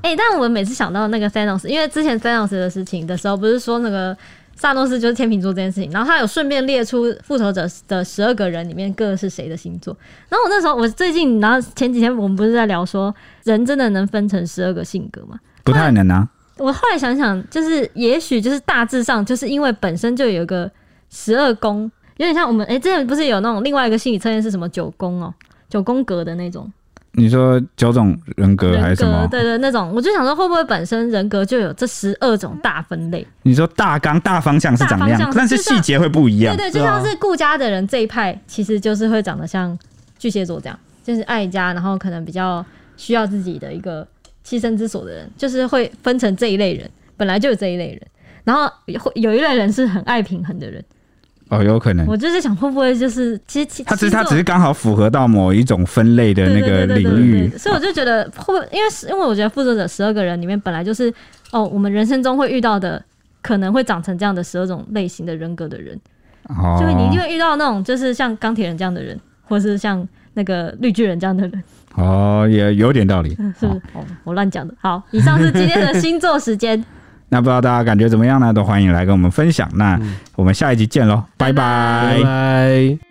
Speaker 2: 哎、但我每次想到那个 Thanos，因为之前 Thanos 的事情的时候，不是说那个萨诺斯就是天秤座这件事情，然后他有顺便列出复仇者的十二个人里面各是谁的星座。然后我那时候，我最近，然后前几天我们不是在聊说，人真的能分成十二个性格吗？
Speaker 1: 不太能啊，
Speaker 2: 我后来想想，就是也许就是大致上，就是因为本身就有一个十二宫，有点像我们哎、之前不是有那种另外一个心理测验是什么九宫哦，九宫格的那种。
Speaker 1: 你说九种人格还是什
Speaker 2: 人格
Speaker 1: 么？
Speaker 2: 对对，那种，我就想说，会不会本身人格就有这十二种大分类？
Speaker 1: 你说大纲大方向是长那
Speaker 2: 大
Speaker 1: 样
Speaker 2: 方，向
Speaker 1: 但是细节会不一样
Speaker 2: 对。对，就像是顾家的人这一派，其实就是会长得像巨蟹座这样，就是爱家，然后可能比较需要自己的一个栖身之所的人，就是会分成这一类人，本来就有这一类人。然后会有一类人是很爱平衡的人，
Speaker 1: 哦，有可能。
Speaker 2: 我就是想会不会就是其实其
Speaker 1: 他只
Speaker 2: 其实
Speaker 1: 是他
Speaker 2: 我
Speaker 1: 只是刚好符合到某一种分类的
Speaker 2: 对
Speaker 1: 那个
Speaker 2: 对对对
Speaker 1: 领
Speaker 2: 对对
Speaker 1: 域
Speaker 2: 对，所以我就觉得会不会，因为是因为我觉得复仇者十二个人里面本来就是哦，我们人生中会遇到的，可能会长成这样的十二种类型的人格的人，
Speaker 1: 哦
Speaker 2: 就会你一定会遇到那种就是像钢铁人这样的人，或是像那个绿巨人这样的人，
Speaker 1: 哦，也有点道理。
Speaker 2: 是不是？哦，我乱讲的。好，以上是今天的星座时间，
Speaker 1: 那不知道大家感觉怎么样呢？都欢迎来跟我们分享。那我们下一集见喽，拜
Speaker 2: 拜
Speaker 1: 拜
Speaker 3: 拜拜。